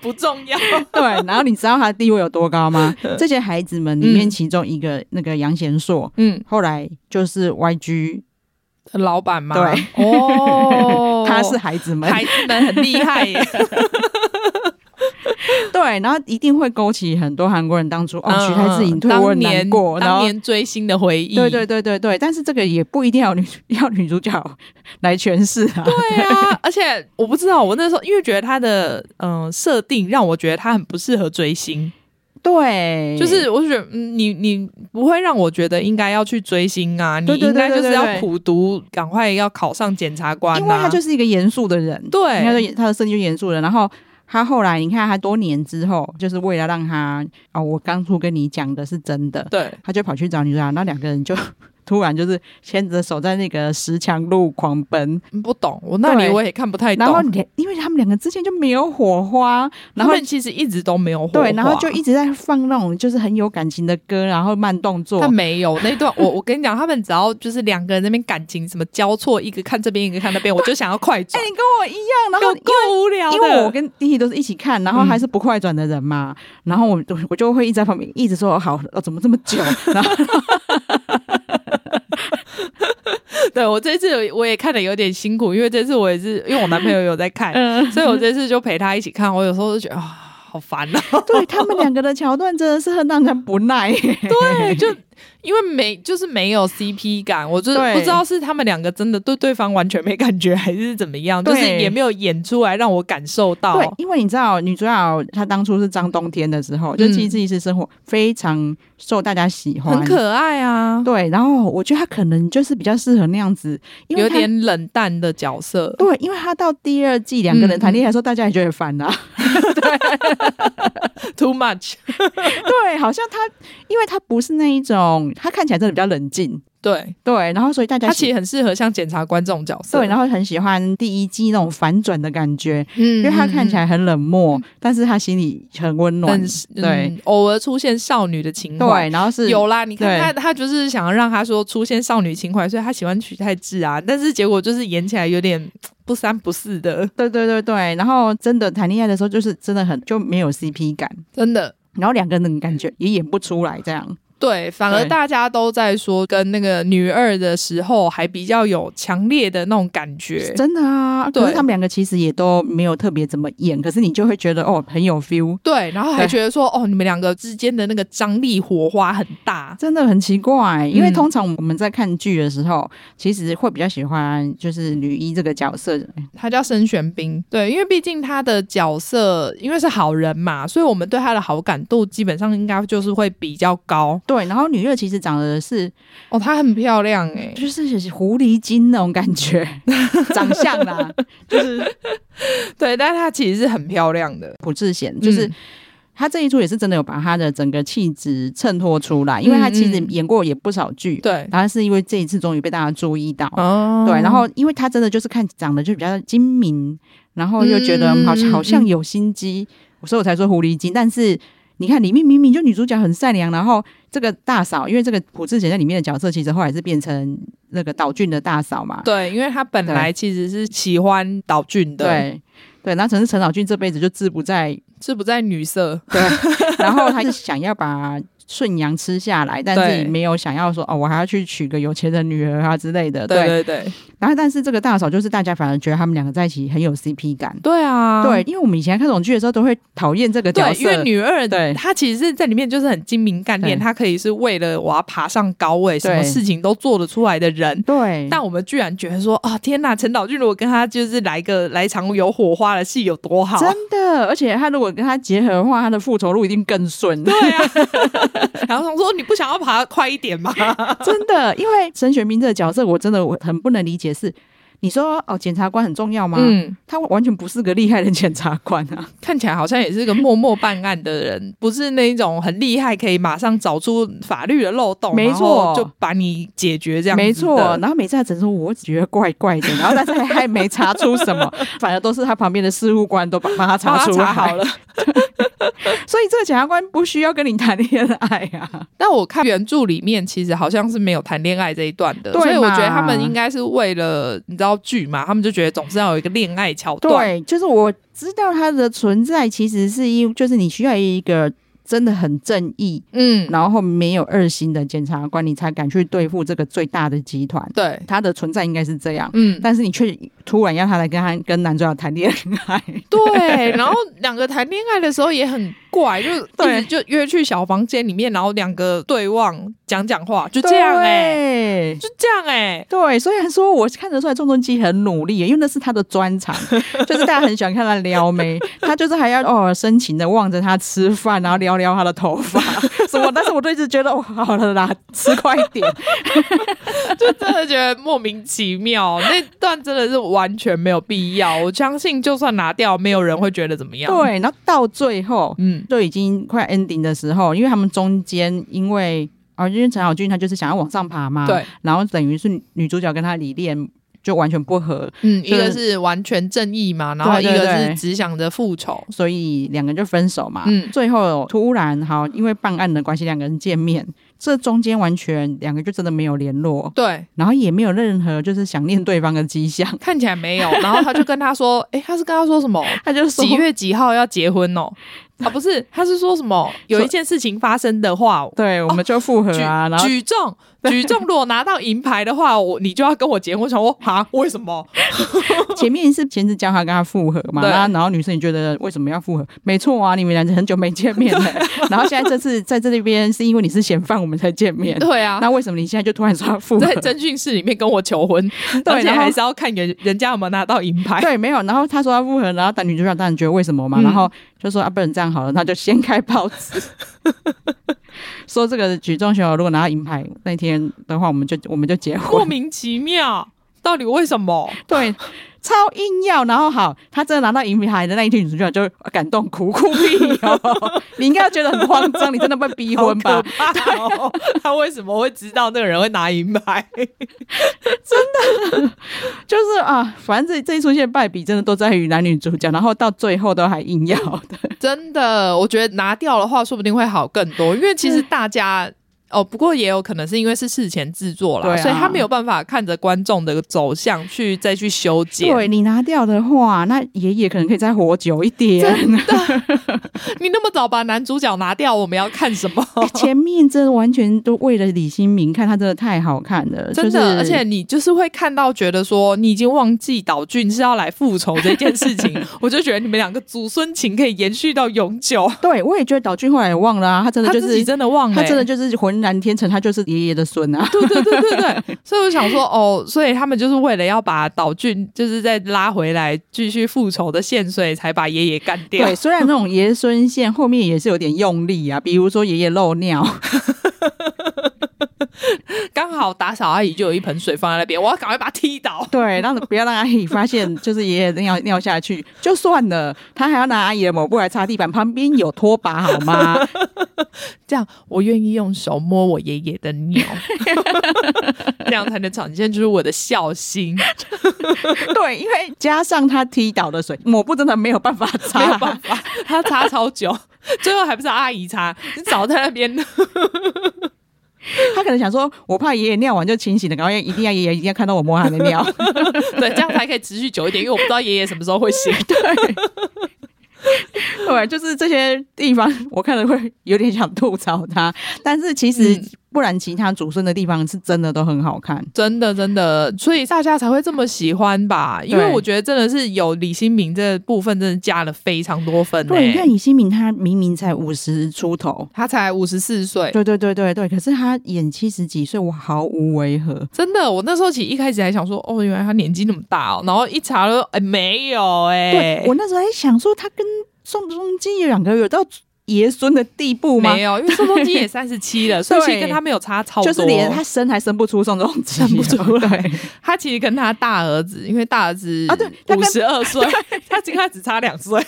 Speaker 1: 不重要。
Speaker 2: 对，然后你知道他的地位有多 高吗？
Speaker 1: 嗯
Speaker 2: 这些孩子们里面，其中一个、那个杨贤硕，
Speaker 1: 嗯，
Speaker 2: 后来就是 YG，、
Speaker 1: 老板吗？
Speaker 2: 对，，
Speaker 1: 哦
Speaker 2: 他是孩子们，
Speaker 1: 孩子们很厉害 耶。
Speaker 2: 对，然后一定会勾起很多韩国人当初哦，徐太志
Speaker 1: 嗯
Speaker 2: 隐退，我很难
Speaker 1: 当年
Speaker 2: 过，然
Speaker 1: 当
Speaker 2: 后。
Speaker 1: 年追星的回忆。
Speaker 2: 对对对对对，但是这个也不一定要女 要女主角来诠释啊。
Speaker 1: 对啊，而且我不知道，我那时候因为觉得他的嗯、呃设定让我觉得他很不适合追星，
Speaker 2: 对，
Speaker 1: 就是我就觉得嗯你你不会让我觉得应该要去追星啊，你
Speaker 2: 对对
Speaker 1: 应
Speaker 2: 对
Speaker 1: 该就是
Speaker 2: 对对
Speaker 1: 要
Speaker 2: 对
Speaker 1: 苦读，赶快要考上检察官、啊，
Speaker 2: 因为他就是一个严肃的人，
Speaker 1: 对
Speaker 2: 应该说他的设定就严肃的。然后他后来你看他多年之后，就是为了让他哦，我当初跟你讲的是真的，
Speaker 1: 对
Speaker 2: 他就跑去找女主角，那两个人就 突然就是牵着手在那个石墙路狂奔，
Speaker 1: 嗯不懂，我那里
Speaker 2: 对
Speaker 1: 我也看不太懂。
Speaker 2: 然后两因为他们两个之间就没有火花，然
Speaker 1: 他
Speaker 2: 后
Speaker 1: 们其实一直都没有火
Speaker 2: 对，然后
Speaker 1: 花
Speaker 2: 就一直在放那种就是很有感情的歌，然后慢动作
Speaker 1: 但。没有那一段， 我我跟你讲，他们只要就是两个人那边感情什么交错，一个看这边，一个看那 边，我就想要快
Speaker 2: 哎、
Speaker 1: 转，
Speaker 2: 你跟我一样，然后
Speaker 1: 有够无聊的。嗯
Speaker 2: 因为我跟弟弟都是一起看，然后还是不快转的人嘛，然后我我就会一直在旁边一直说哦好，哦怎么这么久？ 然后
Speaker 1: 对我这次我也看的有点辛苦，因为这次我也是因为我男朋友有在看，所以我这次就陪他一起看。我有时候就觉得啊、好烦啊！
Speaker 2: 对他们两个的桥段真的是很让人不 耐。
Speaker 1: 对，就因为没就是没有 CP 感，我就是
Speaker 2: 对
Speaker 1: 不知道是他们两个真的对对方完全没感觉，还是怎么样，就是
Speaker 2: 对
Speaker 1: 也没有演出来让我感受到
Speaker 2: 对，。因为你知道女主角她当初是张冬天的时候，就
Speaker 1: 嗯
Speaker 2: 《机智医师生活》非常受大家喜欢，
Speaker 1: 很可爱啊，
Speaker 2: 对。然后我觉得她可能就是比较适合那样子，因为
Speaker 1: 有
Speaker 2: 她
Speaker 1: 点冷淡的角色。
Speaker 2: 对，因为她到第二季两个人谈恋爱的时候，大家也觉得烦 啊。
Speaker 1: Too much，
Speaker 2: 对，好像她，因为她不是那一种，她看起来真的比较冷静。
Speaker 1: 对
Speaker 2: 对，然后所以大家
Speaker 1: 他
Speaker 2: 喜
Speaker 1: 其实很适合像检察官这种角色。
Speaker 2: 对，然后很喜欢第一季那种反转的感觉，
Speaker 1: 嗯嗯
Speaker 2: 因为他看起
Speaker 1: 来
Speaker 2: 来很冷漠，但是他心里很温暖
Speaker 1: 很。对
Speaker 2: 对，
Speaker 1: 偶尔出现少女的情怀
Speaker 2: 嗯对，，然后是
Speaker 1: 有啦，你看
Speaker 2: 对
Speaker 1: 他，他就是想要让他说出现少女情怀，所以他喜欢取太智啊，但是结果就是演起来有点不三不四的，
Speaker 2: 对对对对，然后真的谈恋爱的时候，就是真的很就没有 CP 感，
Speaker 1: 真的。
Speaker 2: 然后两个人的感觉也演不出来这样。
Speaker 1: 对，反而
Speaker 2: 对
Speaker 1: 大家都在说跟那个女二的时候，还比较有强烈的那种感觉。
Speaker 2: 真的啊，可
Speaker 1: 对
Speaker 2: 是他们两个其实也都没有特别怎么演，可是你就会觉得哦很有 feel，
Speaker 1: 对，然后还
Speaker 2: 对
Speaker 1: 觉得说，哦，你们两个之间的那个张力火花很大。
Speaker 2: 真的很奇怪。因为
Speaker 1: 嗯
Speaker 2: 通常我们在看剧的时候，其实会比较喜欢就是女一这个角色，
Speaker 1: 他叫申玄彬，对，因为毕竟他的角色因为是好人嘛，所以我们对他的好感度基本上应该就是会比较高。
Speaker 2: 对，然后女二其实长得是
Speaker 1: 哦，她很漂亮欸诶、
Speaker 2: 就是狐狸精那种感 觉，长相啦，就是
Speaker 1: 对，但是她其实是很漂亮的，
Speaker 2: 朴智贤，就是
Speaker 1: 嗯
Speaker 2: 她这一出也是真的有把她的整个气质衬托出来，因为她其实
Speaker 1: 嗯嗯
Speaker 2: 演过也不少剧，
Speaker 1: 对，
Speaker 2: 然后是因为这一次终于被大家注意到，
Speaker 1: 哦
Speaker 2: 对，然后因为她真的就是看长得就比较精明，然后又觉得
Speaker 1: 嗯嗯
Speaker 2: 好像
Speaker 1: 嗯
Speaker 2: 好像有心机，所以我才说狐狸精，但是。你看，里面明明就女主角很善良，然后这个大嫂，因为这个朴智贤在里面的角色，其实后来是变成那个岛俊的大嫂嘛，
Speaker 1: 对，因为她本来其实是喜欢岛俊的，，
Speaker 2: 对对，那陈是陈小俊这辈子就志不在，
Speaker 1: 是不在女色，
Speaker 2: 对，然后他是想要把顺阳吃下来，但
Speaker 1: 对
Speaker 2: 是没有想要说哦，我还要去娶个有钱的女儿啊之类的，对。
Speaker 1: 对对对，
Speaker 2: 然后但是这个大嫂就是大家反而觉得他们两个在一起很有 CP 感，
Speaker 1: 对啊，
Speaker 2: 对，。因为我们以前看这种剧的时候都会讨厌这个角
Speaker 1: 对，
Speaker 2: 色，
Speaker 1: 因为女二
Speaker 2: 嗯对
Speaker 1: 她其实是在里面就是很精明干练，
Speaker 2: 对
Speaker 1: 她可以是为了我要爬上高位，什么
Speaker 2: 对嗯
Speaker 1: 事情都做得出来的人。
Speaker 2: 对，
Speaker 1: 但我们居然觉得说，哦天呐，陈导俊如果跟他就是来个 来一场有火花的戏有多好，啊
Speaker 2: 真的，而且他如果跟他结合的话，他的复仇路一定更顺，
Speaker 1: 对啊。 然后他说你不想要爬快一点 吗？
Speaker 2: 真的，因为沈雪明这个角色，我真的我很不能理解是。你说哦，检察官很重要吗？
Speaker 1: 嗯，
Speaker 2: 他完全不是个厉害的检察官啊。
Speaker 1: 看起来好像也是个默默办案的人，不是那一种很厉害，可以马上找出法律的漏洞，
Speaker 2: 没错
Speaker 1: 然后就把你解决这样子的
Speaker 2: 没错，然后每次他只是说我觉得怪怪的，然后但是 还没查出什么，反而都是他旁边的事务官都帮帮他
Speaker 1: 把
Speaker 2: 查
Speaker 1: 它
Speaker 2: 出来
Speaker 1: 查好。了。
Speaker 2: 所以这个检察官不需要跟你谈恋爱啊。
Speaker 1: 但我看原著里面，其实好像是没有谈恋爱这一段的，
Speaker 2: 对嘛
Speaker 1: 所以我觉得他们应该是为了你知道剧嘛，他们就觉得总是要有一个恋爱桥段。
Speaker 2: 对，就是我知道它的存在，其实是因就是你需要一个真的很正义，
Speaker 1: 嗯，
Speaker 2: 然后没有二心的检察官，你才敢去对付这个最大的集团。
Speaker 1: 对，
Speaker 2: 它的存在应该是这样，
Speaker 1: 嗯，
Speaker 2: 但是你却突然让他来跟他跟男主角谈恋爱，
Speaker 1: 对。然后两个谈恋爱的时候也很怪，就
Speaker 2: 对
Speaker 1: 一直就约去小房间里面，然后两个对望讲讲话， 就这样哎、
Speaker 2: 欸
Speaker 1: 就这样哎、
Speaker 2: 对，虽然说我看得出来，宋仲基很努力，因为那是他的专长，就是大家很喜欢看他撩妹，他就是还要偶尔深情的望着他吃饭，然后撩撩他的头发什么，但是我都一直觉得，哦，好了啦，吃快一点，
Speaker 1: 就真的觉得莫名其妙，那段真的是完全没有必要。我相信就算拿掉，没有人会觉得怎么样。，
Speaker 2: 对，然后到最后
Speaker 1: 嗯，
Speaker 2: 就已经快 ending 的时候，因为他们中间因为啊、因为陈小俊他就是想要往上爬嘛，
Speaker 1: 对，
Speaker 2: 然后等于是女女主角跟他理念就完全不合，
Speaker 1: 嗯，
Speaker 2: 就
Speaker 1: 一
Speaker 2: 是
Speaker 1: 个是完全正义嘛，然后一
Speaker 2: 对对
Speaker 1: 个
Speaker 2: 对
Speaker 1: 是只想着复仇。
Speaker 2: 所以两个人就分手嘛。
Speaker 1: 嗯
Speaker 2: 最后突然好，因为办案的关系，两个人见面，这中间完全两个就真的没有联络，
Speaker 1: 对，
Speaker 2: 然后也没有任何就是想念对方的迹象。
Speaker 1: 看起来没有。 然后他就跟他说，诶，他是跟他说什么？
Speaker 2: 他就 说
Speaker 1: 几月几号要结婚哦？ 啊，不是，他 是说什么？有一件事情发生的话，
Speaker 2: 对，我们就复合
Speaker 1: 举
Speaker 2: 啊，然后
Speaker 1: 哦举重， 举重，如果拿到银牌的话，我你就要跟我结婚。我想说，哈，为什 么？
Speaker 2: 前面是前置教他跟他复合
Speaker 1: 哦
Speaker 2: 嘛，
Speaker 1: 对
Speaker 2: 然后然后女生也觉得为什么要复合？没错啊，你们两个很久没见面了， 然后现在这次在这里边是因为你是嫌犯，我们才见面。
Speaker 1: 对 啊，
Speaker 2: 那为什么你现在就突然说要复合？
Speaker 1: 在征讯室里面跟我求 婚，
Speaker 2: 对
Speaker 1: 而且
Speaker 2: 然后
Speaker 1: 还是要看人人家有没有拿到银牌。
Speaker 2: 对，没有。然后他说要复合，然后但女主角当然觉得为什么嘛，
Speaker 1: 嗯
Speaker 2: 然后就说啊，不然这样好了，那就掀开报纸， 说这个举重选手如果拿到银牌那天的话，我们就我们就结
Speaker 1: 莫
Speaker 2: 婚。
Speaker 1: 名其妙，到底为什么？
Speaker 2: 对，超硬要。然后好，他真的拿到银牌的那一天，女主角就感动哭哭屁 哦，你应该要觉得很慌张，你真的被逼
Speaker 1: 好
Speaker 2: 婚吧
Speaker 1: 可？怕哦！ 他为什么会知道那个人会拿银牌？
Speaker 2: 就是啊，反正这这一出现的败笔真的都在于男女主角，然后到最后都还硬要的。
Speaker 1: 真的，我觉得拿掉的话，说不定会好更多，因为其实大家。哦，不过也有可能是因为是事前制作啦，
Speaker 2: 对啊
Speaker 1: 所以他没有办法看着观众的走向去再去修剪。
Speaker 2: 对你拿掉的话，那爷爷可能可以再活久一点。
Speaker 1: 你那么早把男主角拿掉，我们要看什 么？
Speaker 2: 欸前面真的完全都为了李新民看，他真的太好看了，
Speaker 1: 真的，
Speaker 2: 就是、
Speaker 1: 而且你就是会看到，觉得说你已经忘记岛俊是要来复仇这件事 情，我就觉得你们两个祖孙情可以延续到永久。
Speaker 2: 对我也觉得岛俊后来也忘了啊，他真的
Speaker 1: 他
Speaker 2: 就
Speaker 1: 自己
Speaker 2: 是
Speaker 1: 真的忘了、欸
Speaker 2: 他真的就是浑然天成，他就是爷爷的孙啊。
Speaker 1: 对对对对对，所以我想说，哦，所以他们就是为了要把岛俊就是再拉回来继续复仇的线，所以才把爷爷干掉
Speaker 2: 对，。虽然那种爷孙线后面也是有点用力啊，比如说爷爷漏尿，
Speaker 1: 刚好打扫阿姨就有一盆水放在那边，我要赶快把他踢倒。
Speaker 2: 对，让不要让阿姨发现就是爷爷尿尿下去就算了，他还要拿阿姨的抹布来擦地板，旁边有拖把好吗？
Speaker 1: 这样我愿意用手摸我爷爷的尿， 这样才能展现出我的孝心。
Speaker 2: 对，因为加上他踢倒的水，抹布真的没有办法擦，
Speaker 1: 没有办 法，他擦超久，最后还不是阿姨擦，你早在那边
Speaker 2: 他可能想说，我怕爷爷尿完就清醒了，然后一定要爷爷一定要看到我摸他的 尿。
Speaker 1: 对，这样才可以持续久一点，因为我不知道爷爷什么时候会醒。
Speaker 2: 对，就是这些地方，我看了会有点想吐槽他，但是其实
Speaker 1: 嗯
Speaker 2: 不然，其他祖孙的地方是真的都很好看。
Speaker 1: 真的，真的，所以大家才会这么喜欢吧？因为
Speaker 2: 对
Speaker 1: 我觉得真的是有李新民这部分，真的加了非常多分、欸。
Speaker 2: 对，你看李新民，他明明才五十出头，
Speaker 1: 他才五十四岁，
Speaker 2: 对对对对对，可是他演七十几岁，我毫无违和。
Speaker 1: 真的，我那时候其实一开始还想说，哦，原来他年纪那么大哦，然后一查了，哎、没有、
Speaker 2: 对
Speaker 1: 哎，
Speaker 2: 我那时候还想说，他跟宋仲基有两个有到爷孙的地步吗
Speaker 1: 没？有，因为宋仲基也三十七了，所以其实
Speaker 2: 对
Speaker 1: 跟他没有差超多，
Speaker 2: 就是连他生还生不出宋仲基，
Speaker 1: 生不出来
Speaker 2: 对
Speaker 1: 他其实跟他大儿子，因为大儿子
Speaker 2: 啊对他跟
Speaker 1: 五十二 岁，他只跟他只差两岁，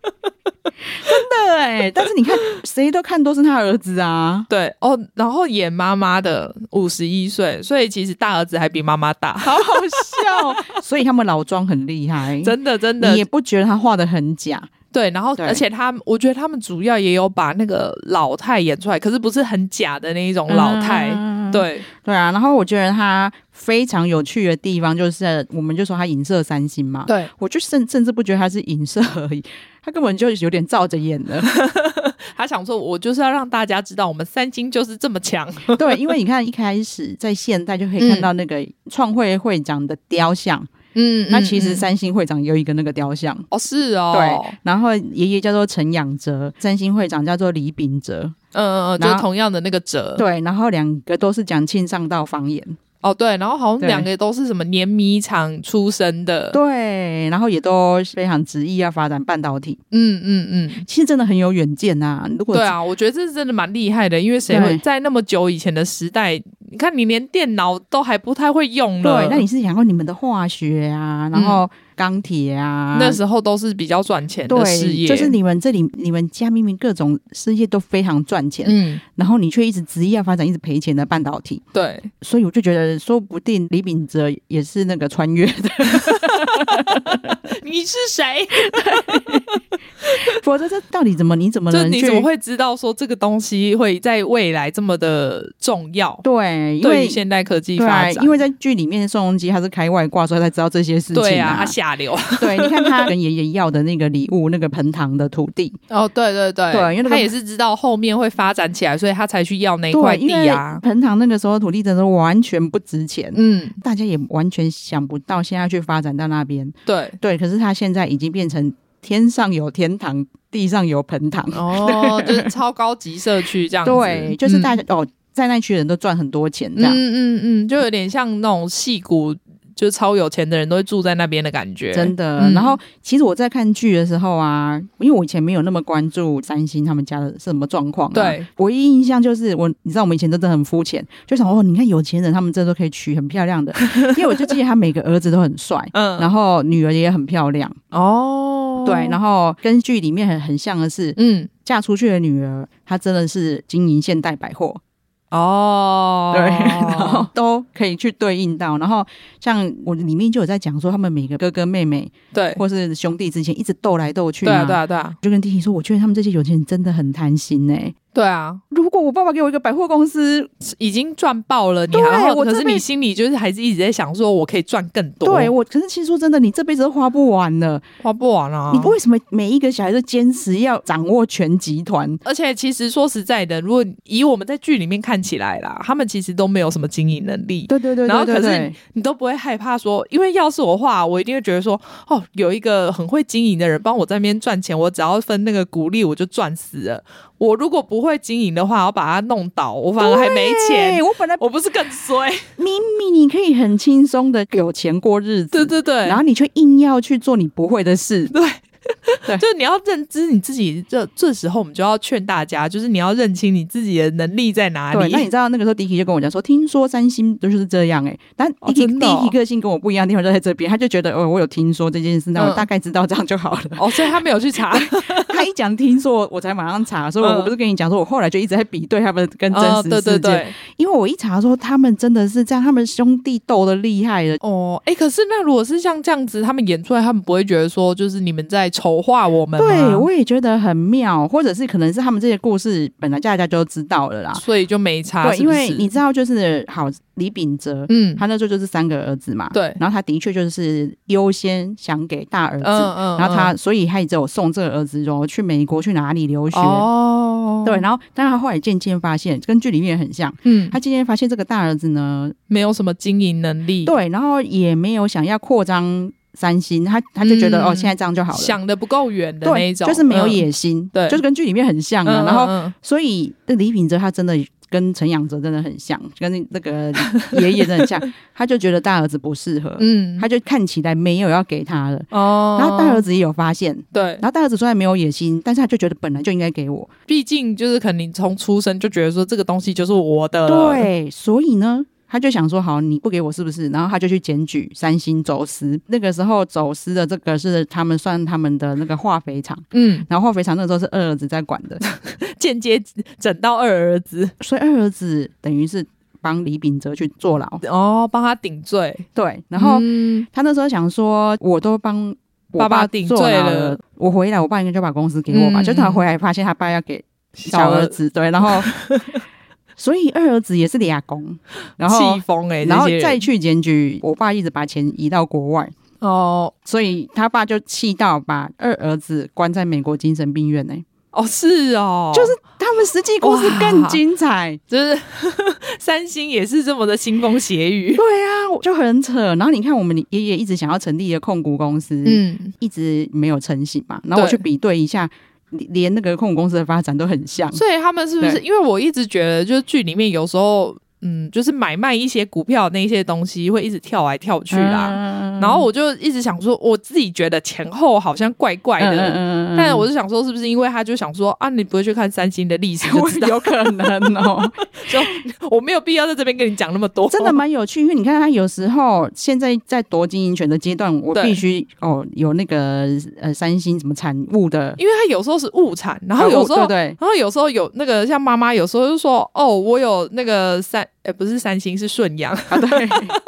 Speaker 2: 对，哎但是你看，谁都看都是他儿子啊。
Speaker 1: 对哦，然后演妈妈的五十一岁，所以其实大儿子还比妈妈大，
Speaker 2: 好好笑，所以他们老庄很厉害，
Speaker 1: 哦真的真的
Speaker 2: 你也不觉得他画的很假，
Speaker 1: 嗯对，然后
Speaker 2: 对
Speaker 1: 而且他们，我觉得他们主要也有把那个老太演出来，可是不是很假的那一种哦老太。
Speaker 2: 嗯
Speaker 1: 对，
Speaker 2: 对啊，然后我觉得他非常有趣的地方就是，我们就说他影射三星嘛，
Speaker 1: 对，
Speaker 2: 我就甚甚至不觉得他是影射而已， 他根本就有点照着演 了。
Speaker 1: 他想说，我就是要让大家知道，我们三金就是这么强。
Speaker 2: 对，因为你看一开始在现代就可以看到那个创会会长的雕像，
Speaker 1: 嗯
Speaker 2: 那其实三星会长也有一个那个雕像。
Speaker 1: 哦是哦，
Speaker 2: 对，然后爷爷叫做陈养哲，三星会长叫做李秉哲，
Speaker 1: 嗯，嗯，嗯就
Speaker 2: 然
Speaker 1: 是
Speaker 2: 后
Speaker 1: 同样的那个折。
Speaker 2: 对，然后两个都是讲庆尚道方言，
Speaker 1: 哦对，然后好像
Speaker 2: 对
Speaker 1: 两个都是什么碾米厂出身的。
Speaker 2: 对，然后也都非常执意要发展半导体，
Speaker 1: 嗯嗯嗯，
Speaker 2: 其实真的很有远见呐、如果
Speaker 1: 对啊，我觉得这是真的蛮厉害的，因为谁会
Speaker 2: 对
Speaker 1: 在那么久以前的时代，你看你连电脑都还不太会用了，
Speaker 2: 对，那你是想过你们的化学啊，然后钢铁啊，
Speaker 1: 嗯那时候都是比较赚钱的事
Speaker 2: 对，
Speaker 1: 业，
Speaker 2: 就是你们这里你们家明明各种事业都非常赚钱，
Speaker 1: 嗯，
Speaker 2: 然后你却一直执意要发展一直赔钱的半导体，
Speaker 1: 对，
Speaker 2: 所以我就觉得说不定李秉哲也是那个穿 越的，
Speaker 1: 你是谁？
Speaker 2: 否则这到底怎么你怎么
Speaker 1: 就
Speaker 2: 能
Speaker 1: 你
Speaker 2: 去
Speaker 1: 怎么会知道说这个东西会在未来这么的重要？
Speaker 2: 对？因
Speaker 1: 对
Speaker 2: 为
Speaker 1: 于现代科技
Speaker 2: 对
Speaker 1: 发
Speaker 2: 啊，
Speaker 1: 展，
Speaker 2: 因为在剧里面宋仲基他是开外挂，所以他才知道这些事情、
Speaker 1: 对啊，
Speaker 2: 啊
Speaker 1: 他。下流。
Speaker 2: 对，你看他跟爷爷要的那个礼物，那个盆塘的土 地，
Speaker 1: 哦，对对对
Speaker 2: 对因为那个
Speaker 1: 他也是知道后面会发展起来，所以他才去要那块
Speaker 2: 对，因
Speaker 1: 地
Speaker 2: 为
Speaker 1: 啊。
Speaker 2: 盆塘那个时候土地真的完全不值钱，
Speaker 1: 嗯，
Speaker 2: 大家也完全想不到现在去发展到那边。
Speaker 1: 对。
Speaker 2: 对，可是它现在已经变成天上有天堂，地上有盆塘。
Speaker 1: 哦，就是超高级社区这样子，嗯
Speaker 2: 对，就是大
Speaker 1: 家
Speaker 2: 家、哦，在那区人都赚很多钱
Speaker 1: 嗯
Speaker 2: 这样。
Speaker 1: 嗯嗯，就有点像那种戏骨，就是超有钱的人都会住在那边的感觉，
Speaker 2: 真的，
Speaker 1: 嗯
Speaker 2: 然后其实我在看剧的时候啊，因为我以前没有那么关注三星他们家的什么状况、啊，
Speaker 1: 对，
Speaker 2: 唯一印象就是我，你知道我们以前真的很肤浅，就想哦，你看有钱人他们这都可以娶很漂 亮的，因为我就记得他每个儿子都很帅，
Speaker 1: 嗯，
Speaker 2: 然后女儿也很漂亮，
Speaker 1: 哦，
Speaker 2: 对，然
Speaker 1: 后
Speaker 2: 后跟剧里面很很像的是，
Speaker 1: 嗯，
Speaker 2: 嫁出去的女儿，她真的是经营现代百货，
Speaker 1: 哦，
Speaker 2: 对， 然后都可以去对应到。然后像我里面就有在讲说，他们每个哥哥妹妹
Speaker 1: 对
Speaker 2: 或是兄弟之间一直斗来斗去
Speaker 1: 对啊，
Speaker 2: 嘛
Speaker 1: 对啊，对啊，
Speaker 2: 就跟弟弟说，我觉得他们这些有钱人真的很贪心呢、
Speaker 1: 对啊，
Speaker 2: 如果我爸爸给我一个百货公司，
Speaker 1: 已经赚爆了你，
Speaker 2: 对
Speaker 1: 然后
Speaker 2: 我
Speaker 1: 可
Speaker 2: 这
Speaker 1: 是
Speaker 2: 辈
Speaker 1: 你心里就是还是一直在想说，我可以赚更多，
Speaker 2: 对，我，可是其实说真的，你这辈子都花不完了。
Speaker 1: 花不完啊
Speaker 2: 你。为什么每一个小孩都坚持要掌握全集团？
Speaker 1: 而且其实说实在的，如果以我们在剧里面看起来啦，他们其实都没有什么经营能力，
Speaker 2: 对对对对对对，
Speaker 1: 然后可是你都不会害怕说，因为要是我话，我一定会觉得说，哦，有一个很会经营的人帮我在那边赚钱，我只要分那个股利我就赚死了。我如果不会经营的话，我把它弄倒，我反而还没钱
Speaker 2: 对，，我本来
Speaker 1: 我不是更衰？
Speaker 2: 明明你可以很轻松的有钱过日子，
Speaker 1: 对对对，
Speaker 2: 然后你却硬要去做你不会的事，
Speaker 1: 就你要认知你自己，这这时候我们就要劝大家，就是你要认清你自己的能力在哪
Speaker 2: 对。
Speaker 1: 里。
Speaker 2: 那你 知道那个时候，Dicky 就跟我讲说，听说三星就是这样哎、欸，但
Speaker 1: 哦
Speaker 2: Dicky、
Speaker 1: 真的哦
Speaker 2: Dicky 个性跟我不一样的地方就在这边，他就觉得哦，我有听说这件事，那
Speaker 1: 嗯
Speaker 2: 我大概知道这样就好了。
Speaker 1: 哦，所以他没有去查，
Speaker 2: 他一讲听说，我才马上查，所以我
Speaker 1: 嗯
Speaker 2: 我不是跟你讲说，我后来就一直在比对他们跟真
Speaker 1: 哦，
Speaker 2: 实
Speaker 1: 对
Speaker 2: 事件，
Speaker 1: 对对，
Speaker 2: 因为我一查说他们真的是这样，他们兄弟斗的厉害了。
Speaker 1: 哦，哎，可是那如果是像这样子，他们演出来，他们不会觉得说就是你们在丑化我们吗？
Speaker 2: 对，我也觉得很妙，或者是可能是他们这些故事本来大家就知道了啦。
Speaker 1: 所以就没查，
Speaker 2: 啊对，
Speaker 1: 啊是不是
Speaker 2: 因为你知道，就是好李秉哲，
Speaker 1: 嗯
Speaker 2: 他那时候就是三个儿子嘛，
Speaker 1: 对
Speaker 2: 然后他的确就是优先想给大儿
Speaker 1: 嗯
Speaker 2: 子，
Speaker 1: 嗯，
Speaker 2: 然后他所以他也只有送这个儿子然后去美国去哪里留学，
Speaker 1: 嗯哦，
Speaker 2: 对，，然后但他后来渐渐发现，跟剧里面也很像，
Speaker 1: 嗯，
Speaker 2: 他渐渐发现这个大儿子呢，
Speaker 1: 没有什么经营能力，，
Speaker 2: 对，然后也没有想要扩张三星，他他就觉得、
Speaker 1: 嗯
Speaker 2: 哦，现在这样就好了，
Speaker 1: 想的不够远的那
Speaker 2: 对，
Speaker 1: 一种，
Speaker 2: 就是没有
Speaker 1: 嗯，
Speaker 2: 野心，
Speaker 1: 对
Speaker 2: 就是跟剧里面很像
Speaker 1: 嗯
Speaker 2: 啊，然后。
Speaker 1: 嗯嗯
Speaker 2: 所以那李秉哲他真的跟陈养哲真的很像，跟那个爷爷真的很像， 他就觉得大儿子不适合，
Speaker 1: 嗯，
Speaker 2: 他就看起来没有要给他了。
Speaker 1: 哦，
Speaker 2: 然后大儿子也有发现，
Speaker 1: 对
Speaker 2: 然。后大儿子虽然没有野心，但是他就觉得本来就应该给我。
Speaker 1: 毕竟就是可能你从出生就觉得说这个东西就是我的了，
Speaker 2: 对，所以呢。他就想说，好，你不给我是不是？然后他就去检举三星走私。那个时候走私的这个是他们算他们的那个化肥厂，
Speaker 1: 嗯，
Speaker 2: 然后化肥厂那时候是二儿子在管的，
Speaker 1: 间接整到二儿子
Speaker 2: 所以二儿子等于是帮李秉哲去坐牢。
Speaker 1: 哦，帮他顶罪，
Speaker 2: 对，然后
Speaker 1: 嗯
Speaker 2: 他那时候想说，我都帮我
Speaker 1: 爸爸
Speaker 2: 爸
Speaker 1: 顶
Speaker 2: 坐
Speaker 1: 罪
Speaker 2: 牢
Speaker 1: 了，
Speaker 2: 我回来，我爸应该就把公司给我吧。
Speaker 1: 嗯
Speaker 2: 就他回来发现他爸要给
Speaker 1: 小
Speaker 2: 小儿子，对，然后所以二儿子也是俩公，然后
Speaker 1: 气疯哎，
Speaker 2: 然后
Speaker 1: 这些人
Speaker 2: 再去检举，我爸一直把钱移到国外，
Speaker 1: 哦
Speaker 2: 所以他爸就气到把二儿子关在美国精神病院呢、
Speaker 1: 哦是哦，
Speaker 2: 就是他们实际故事更
Speaker 1: 哇
Speaker 2: 精彩，
Speaker 1: 就是 三星也是这么的腥风血雨，
Speaker 2: 对啊，我就很扯。然后你看，我们爷爷一直想要成立的控股公司，
Speaker 1: 嗯，
Speaker 2: 一直没有成型嘛。然后我
Speaker 1: 对
Speaker 2: 去比对一下，连连那个控股公司的发展都很像。
Speaker 1: 所以他们是不是？
Speaker 2: 对
Speaker 1: 因为我一直觉得，就是剧里面有时候，嗯，就是买卖一些股票那些东西会一直跳来跳去啦。
Speaker 2: 嗯
Speaker 1: 然后我就一直想说，我自己觉得前后好像怪怪的，
Speaker 2: 嗯
Speaker 1: 但我就想说，是不是因为他就想说啊，你不会去看三星的历 史就
Speaker 2: 我
Speaker 1: 知道，
Speaker 2: 有可能哦，
Speaker 1: 就我没有必要在这边跟你讲那么 多，
Speaker 2: 真的？蛮有趣，因为你看他有时候现在在夺经营权的阶段，我
Speaker 1: 对
Speaker 2: 必须哦有那个呃三星什么产物的，
Speaker 1: 因为他有时候是误产，然后
Speaker 2: 呃
Speaker 1: 有时候
Speaker 2: 对对
Speaker 1: 然后有时候有那个像妈妈，有时候就说哦，我有那个三，呃，不是三星是顺阳，
Speaker 2: 啊对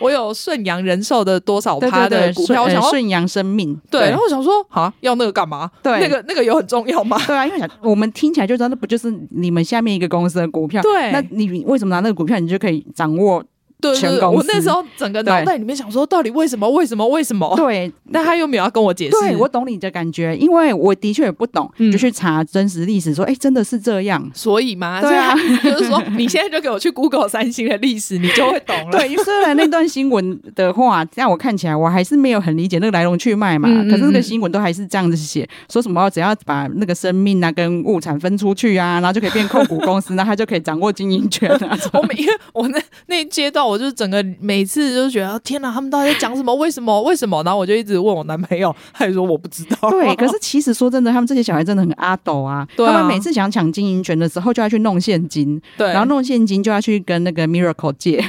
Speaker 1: 我有顺阳人寿的多少
Speaker 2: 对
Speaker 1: 趴
Speaker 2: 对
Speaker 1: 的
Speaker 2: 对，
Speaker 1: 股票，我
Speaker 2: 顺
Speaker 1: 想说
Speaker 2: 呃顺阳生命
Speaker 1: 对，然后我想说啊，要那个干嘛？
Speaker 2: 对
Speaker 1: 那个那个有很重要吗？
Speaker 2: 对啊，因为想我们听起来就知道，那不就是你们下面一个公司的股票？
Speaker 1: 对
Speaker 2: 那你为什么拿那个股票，你就可以掌握？
Speaker 1: 对对
Speaker 2: 全
Speaker 1: 对，
Speaker 2: 公司
Speaker 1: 我那时候整个脑袋里面想说，到底为什么？为什么？为什么？
Speaker 2: 对，
Speaker 1: 但他又没有要跟我解释，
Speaker 2: 对我懂你的感觉，因为我的确也不懂，
Speaker 1: 嗯
Speaker 2: 就去查真实历史，说哎，真的是这样。
Speaker 1: 所以嘛，
Speaker 2: 对啊
Speaker 1: 所以他就是说，你现在就给我去 Google 三星的历史，你就会懂了。
Speaker 2: 对，虽然那段新闻的话，在我看起来我还是没有很理解那个来龙去脉嘛。
Speaker 1: 嗯嗯
Speaker 2: 可是那个
Speaker 1: 嗯
Speaker 2: 新闻都还是这样子写，说什么只要把那个生命啊跟物产分出去啊，然后就可以变控股公 司，那他就可以掌握经营权啊。
Speaker 1: 我每因为我那那一阶段，我就整个每次就觉得天哪，他们到底在讲什么？为什么？为什么？然后我就一直问我男朋友，他也说我不知道。
Speaker 2: 对，可是其实说真的，他们这些小孩真的很阿斗啊。
Speaker 1: 对啊
Speaker 2: 他们每次想抢经营权的时候，就要去弄现金，
Speaker 1: 对，
Speaker 2: 然后弄现金就要去跟那个 Miracle 借。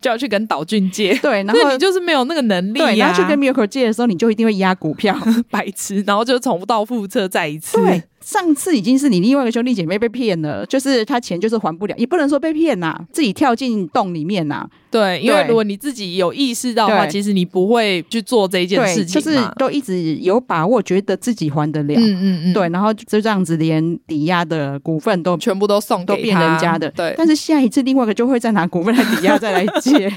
Speaker 1: 就要去跟岛俊借，
Speaker 2: 对，然
Speaker 1: 然后
Speaker 2: 后
Speaker 1: 你啊就是没有那个能力呀、
Speaker 2: 对，然后去跟 Miracle 借的时候，你就一定会压股票。
Speaker 1: 白痴，然后就重蹈覆辙再一次。
Speaker 2: 对，上次已经是你另外一个兄弟姐妹被骗了，就是他钱就是还不了，也不能说被骗呐、自己跳进洞里面呐、
Speaker 1: 对因为
Speaker 2: 对
Speaker 1: 如果你自己有意识到的话，
Speaker 2: 对
Speaker 1: 其实你不会去做这一件
Speaker 2: 对，
Speaker 1: 事
Speaker 2: 就
Speaker 1: 情
Speaker 2: 是
Speaker 1: 嘛。
Speaker 2: 都一直有把握，觉得自己还得了，
Speaker 1: 嗯嗯嗯，
Speaker 2: 对，，然后就这样子，连抵押的股份都
Speaker 1: 全部都送
Speaker 2: 都
Speaker 1: 给
Speaker 2: 变
Speaker 1: 他
Speaker 2: 人家的，
Speaker 1: 对，
Speaker 2: 但是下一次另外一个就会再拿股份来抵押，再来 借，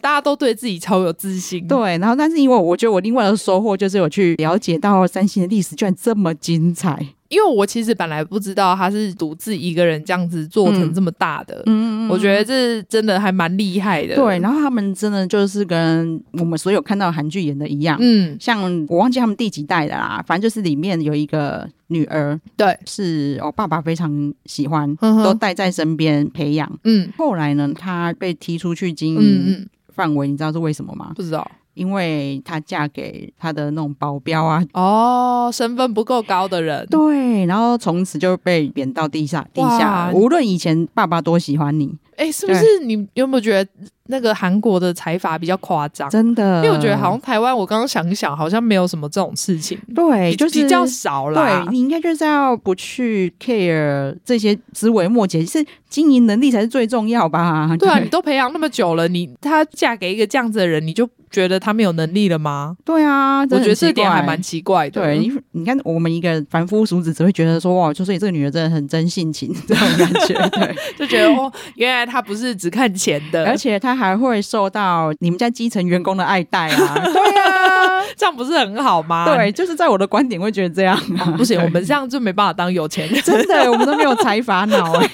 Speaker 1: 大家都对自己超有自信。
Speaker 2: 对，然后但是因为我觉得我另外的收获就是有去了解到三星的历史居然这么精彩，
Speaker 1: 因为我其实本来不知道他是独自一个人这样子做成这么大的，
Speaker 2: 嗯
Speaker 1: 我觉得这真的还蛮厉害的。
Speaker 2: 对，，然后他们真的就是跟我们所有看到韩剧演的一样，
Speaker 1: 嗯，
Speaker 2: 像我忘记他们第几代的啦，反正就是里面有一个女儿
Speaker 1: 对，
Speaker 2: 是我、哦、爸爸非常喜欢，
Speaker 1: 嗯哼
Speaker 2: 都带在身边培养。
Speaker 1: 嗯
Speaker 2: 后来呢，她被踢出去经
Speaker 1: 嗯
Speaker 2: 营
Speaker 1: 嗯，
Speaker 2: 范围，你知道是为什么吗？
Speaker 1: 不知道
Speaker 2: 因为她嫁给她的那种保镖啊，
Speaker 1: 哦，身份不够高的人，
Speaker 2: 对，然后从此就被贬到地下地
Speaker 1: 哇
Speaker 2: 下。无论以前爸爸多喜欢你，
Speaker 1: 哎、是不是你有没有觉得那个韩国的财阀比较夸张？
Speaker 2: 真的，
Speaker 1: 因为我觉得好像台湾，我刚刚想一想，好像没有什么这种事情，
Speaker 2: 对，
Speaker 1: 比
Speaker 2: 就是
Speaker 1: 比较少啦
Speaker 2: 对。你应该就是要不去 care 这些枝微末节，是经营能力才是最重要吧？
Speaker 1: 对啊，你都培养那么久了，你她嫁给一个这样子的人，你就觉得她没有能力了吗？
Speaker 2: 对啊，
Speaker 1: 我
Speaker 2: 真的
Speaker 1: 觉得这
Speaker 2: 很奇
Speaker 1: 点还
Speaker 2: 怪
Speaker 1: 蛮奇怪的。
Speaker 2: 对。 你你看，我们一个凡夫俗子只会觉得说哇，就是这个女人真的很真性情这种感觉， 对。
Speaker 1: 就觉得哦，原来他不是只看钱的，
Speaker 2: 而且她还会受到你们家基层员工的爱戴啊， 对啊，
Speaker 1: 这样不是很好吗？嗯
Speaker 2: 对，就是在我的观点会觉得 这样啊、
Speaker 1: 不行，
Speaker 2: 对
Speaker 1: 我们这样就没办法当有钱人。
Speaker 2: 真的，我们都没有财阀脑哎。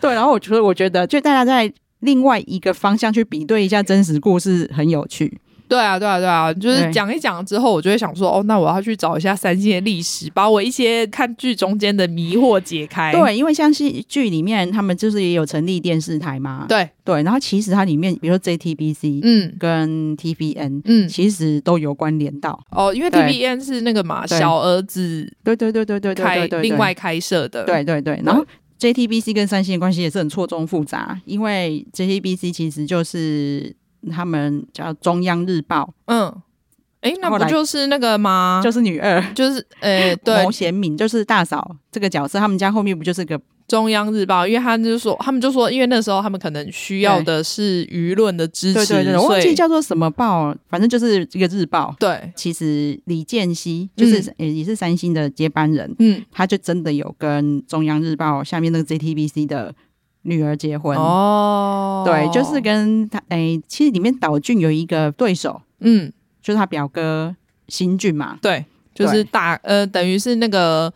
Speaker 2: 对，然后我觉得，我觉得，就大家在另外一个方向去比对一下真实故事，很有趣。
Speaker 1: 对啊，对啊，对啊，就是
Speaker 2: 对
Speaker 1: 讲一讲之后，我就会想说，哦，那我要去找一下三星的历史，把我一些看剧中间的迷惑解开。
Speaker 2: 对，因为像戏剧里面，他们就是也有成立电视台嘛。
Speaker 1: 对，
Speaker 2: 对，然后其实它里面，比如说 JTBC
Speaker 1: 嗯
Speaker 2: 跟 TVN，、
Speaker 1: 嗯，
Speaker 2: 其实都有关联到。
Speaker 1: 哦，因为
Speaker 2: 对
Speaker 1: TVN 是那个嘛
Speaker 2: 对
Speaker 1: 小儿子
Speaker 2: 对对对对对对
Speaker 1: 开
Speaker 2: 对对，
Speaker 1: 另外开设的，
Speaker 2: 对对对，然后。JTBC 跟三星的关系也是很错综复杂，因为 JTBC 其实就是他们叫中央日报，
Speaker 1: 嗯，诶，那
Speaker 2: 后
Speaker 1: 不
Speaker 2: 来
Speaker 1: 就是那个吗？
Speaker 2: 就是女二，
Speaker 1: 啊 就是呃，对
Speaker 2: 毛贤敏就是大嫂这个角色，他们家后面不就是个
Speaker 1: 中央日报，因为他们就说，他们就说，因为那时候他们可能需要的是舆论的支
Speaker 2: 对
Speaker 1: 持，
Speaker 2: 对对，我忘
Speaker 1: 所
Speaker 2: 记
Speaker 1: 以
Speaker 2: 叫做什么报，反正就是一个日报。
Speaker 1: 对，
Speaker 2: 其实李健熙就是也也是三星的接班人，
Speaker 1: 嗯，
Speaker 2: 他就真的有跟中央日报下面那个 JTBC 的女儿结婚。
Speaker 1: 哦，
Speaker 2: 对，就是跟他诶、其实里面岛俊有一个对手，
Speaker 1: 嗯，
Speaker 2: 就是他表哥新俊嘛。
Speaker 1: 对，就是大呃，等于是那个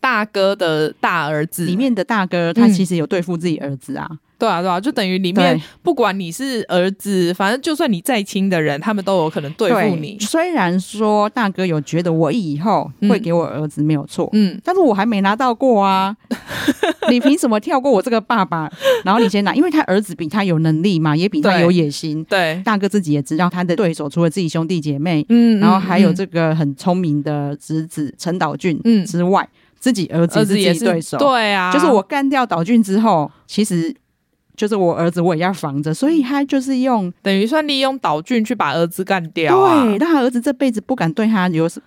Speaker 1: 大哥的大儿子
Speaker 2: 里。面的大哥他
Speaker 1: 嗯
Speaker 2: 其实有对付自己儿子啊，
Speaker 1: 对啊，对啊，就等于里面
Speaker 2: 对
Speaker 1: 不管你是儿子，反正就算你再亲的人，他们都有可能对付你。
Speaker 2: 虽然说大哥有觉得我以后会给我儿子没有错，
Speaker 1: 嗯，
Speaker 2: 但是我还没拿到 过啊！你凭什么跳过我这个爸爸？然后你先拿，因为他儿子比他有能力嘛，也比他
Speaker 1: 对
Speaker 2: 有野心。
Speaker 1: 对，
Speaker 2: 大哥自己也知道，他的对手除了自己兄弟姐妹，
Speaker 1: 嗯，
Speaker 2: 然后还有
Speaker 1: 嗯
Speaker 2: 这个很聪明的侄子陈岛俊
Speaker 1: 嗯
Speaker 2: 之外，自己儿子
Speaker 1: 儿
Speaker 2: 也是
Speaker 1: 子
Speaker 2: 自
Speaker 1: 也
Speaker 2: 己
Speaker 1: 是
Speaker 2: 对手。
Speaker 1: 对啊，
Speaker 2: 就是我干掉岛俊之后，其实就是我儿子我也要防着，所以他就是用
Speaker 1: 等于算利用岛俊去把儿子干掉啊。
Speaker 2: 对，让他儿子这辈子不敢对他有什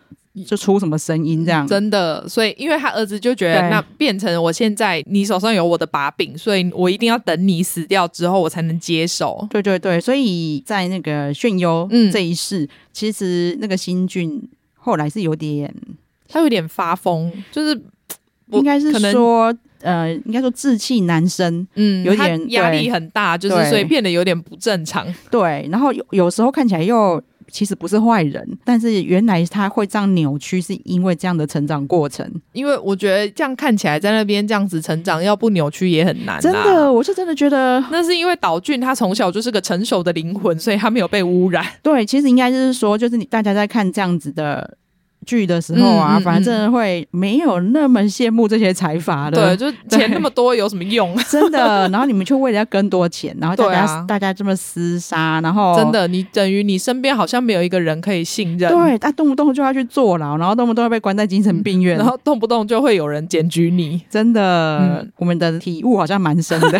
Speaker 2: 就出什么声音这样。
Speaker 1: 真的，所以因为他儿子就觉得
Speaker 2: 对
Speaker 1: 那变成我现在你手上有我的把柄，所以我一定要等你死掉之后我才能接手。
Speaker 2: 对对对，所以在那个炫优
Speaker 1: 嗯
Speaker 2: 这一世，其实那个新俊后来是有点，
Speaker 1: 他有点发疯，就是我
Speaker 2: 应该是
Speaker 1: 可能
Speaker 2: 说呃，应该说志气男生
Speaker 1: 嗯，
Speaker 2: 有
Speaker 1: 他
Speaker 2: 点
Speaker 1: 压
Speaker 2: 对
Speaker 1: 力很大，就是
Speaker 2: 对
Speaker 1: 所以变得有点不正常。
Speaker 2: 对，然后有有时候看起来又。其实不是坏人，但是原来他会这样扭曲，是因为这样的成长过程。
Speaker 1: 因为我觉得这样看起来在那边这样子成长，要不扭曲也很难、啊。
Speaker 2: 真的，，我是真的觉得，
Speaker 1: 那是因为岛俊他从小就是个成熟的灵魂，所以他没有被污 染。
Speaker 2: 对，其实应该就是说，就是你大家在看这样子的剧的时候啊，
Speaker 1: 嗯嗯
Speaker 2: 反正会没有那么羡慕这些财阀
Speaker 1: 对，
Speaker 2: 的。
Speaker 1: 就钱那么多有什么 用？
Speaker 2: 真的，然后你们却为了要更多钱，然后大
Speaker 1: 对
Speaker 2: 家、
Speaker 1: 啊嗯
Speaker 2: 大家这么厮杀，然后
Speaker 1: 真的，你等于你身边好像没有一个人可以信任，，
Speaker 2: 对，他动不动就要去坐牢，然后动不动要被关在精神病院，
Speaker 1: 然后动不动就会有人检举你。
Speaker 2: 真的，
Speaker 1: 嗯
Speaker 2: 我们的体悟好像蛮深 的。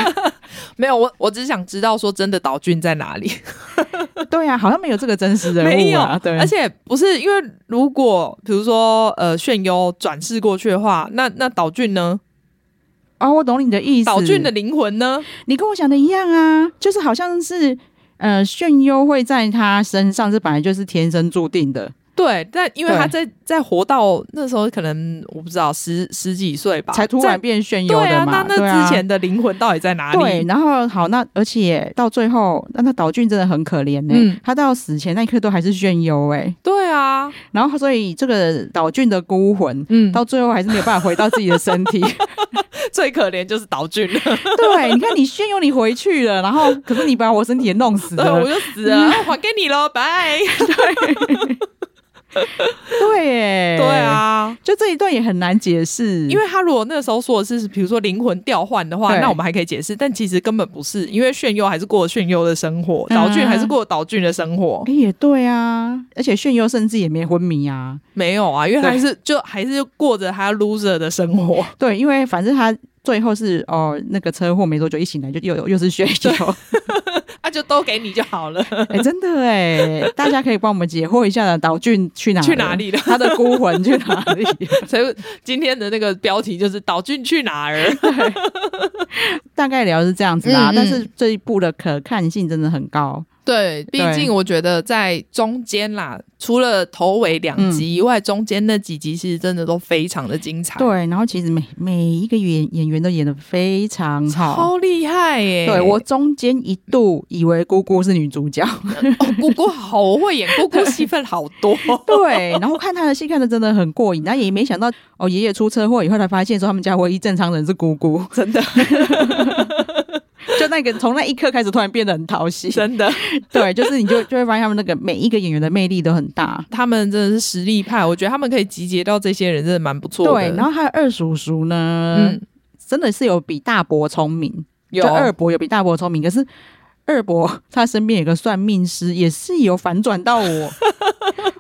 Speaker 1: 没有，我我只想知道说真的岛俊在哪里，
Speaker 2: 对啊，好像没有这个真实人
Speaker 1: 没
Speaker 2: 物
Speaker 1: 有
Speaker 2: 啊，对，
Speaker 1: 而且不是因为如果比如说呃炫优转世过去的话，那那岛俊呢？
Speaker 2: 哦，我懂你的意思，
Speaker 1: 岛俊的灵魂呢？
Speaker 2: 你跟我想的一样啊，就是好像是呃，炫优会在他身上是本来就是天生注定的，
Speaker 1: 对，但因为
Speaker 2: 对
Speaker 1: 他在在活到那时候，可能我不知道十十几岁吧，
Speaker 2: 才突
Speaker 1: 在
Speaker 2: 然变炫优
Speaker 1: 对
Speaker 2: 的
Speaker 1: 啊，
Speaker 2: 嘛。
Speaker 1: 那那
Speaker 2: 对啊
Speaker 1: 之前的灵魂到底在哪里？
Speaker 2: 对，然后好，那而且到最后，那那岛俊真的很可怜呢、
Speaker 1: 嗯
Speaker 2: 他到死前那一刻都还是炫优哎、
Speaker 1: 对啊，
Speaker 2: 然后所以这个岛俊的孤魂。
Speaker 1: 嗯，
Speaker 2: 到最后还是没有办法回到自己的身体，
Speaker 1: 最可怜就是岛俊 了，
Speaker 2: 对，你看你炫优你回去了，然后可是你把我身体也弄 死
Speaker 1: 对，
Speaker 2: 了
Speaker 1: 我，就死了，啊还给你喽，拜。
Speaker 2: 对，
Speaker 1: 对，啊，
Speaker 2: 就这一段也很难解释，
Speaker 1: 因为他如果那时候说的是，比如说灵魂调换的话，
Speaker 2: 对
Speaker 1: 那我们还可以解释，但其实根本不是，因为炫优还是过炫优的生活，
Speaker 2: 嗯
Speaker 1: 岛俊还是过岛俊的生活，
Speaker 2: 哎、也对啊，而且炫优甚至也没昏迷啊。
Speaker 1: 没有啊，因为他还是就还是过着他 loser 的生 活，
Speaker 2: 对，因为反正他最后是哦，那个车祸没多久，一醒来就又又是炫优。
Speaker 1: 啊，就都给你就好 了，
Speaker 2: 哎、真的哎，大家可以帮我们解惑一下的，岛俊去哪？
Speaker 1: 去哪？里了？
Speaker 2: 他的孤魂去哪 里？
Speaker 1: 所以今天的那个标题就是岛俊去哪儿？
Speaker 2: 大概聊是这样子啦，
Speaker 1: 嗯嗯
Speaker 2: 但是这一部的可看性真的很高。
Speaker 1: 对，毕
Speaker 2: 对
Speaker 1: 竟我觉得在中间啦，除了头尾两集以外，中间那几集其实真的都非常的精彩，，
Speaker 2: 对，然后其实每每一个演演员都演的非常好。
Speaker 1: 超厉害耶、
Speaker 2: 对我中间一度以为姑姑是 女主角，
Speaker 1: 哦，姑姑好会演，姑姑戏份好多。
Speaker 2: 对，然后看他的戏看的真的很过瘾，然后也没想到哦，爷爷出车祸以后才发现说他们家唯一正常人是姑姑，真的。 就那个从那一刻开始，突然变得很讨喜。
Speaker 1: 真的，
Speaker 2: 对，就是你就就会发现他们那个每一个演员的魅力都很大。
Speaker 1: 他们真的是实力派，我觉得他们可以集结到这些人，真的蛮不错的。
Speaker 2: 对，然后他的二叔叔呢，
Speaker 1: 嗯，
Speaker 2: 真的是有比大伯聪明，
Speaker 1: 有
Speaker 2: 就二伯有比大伯聪明，可是二伯 他身边有个算命师，也是有反转到我，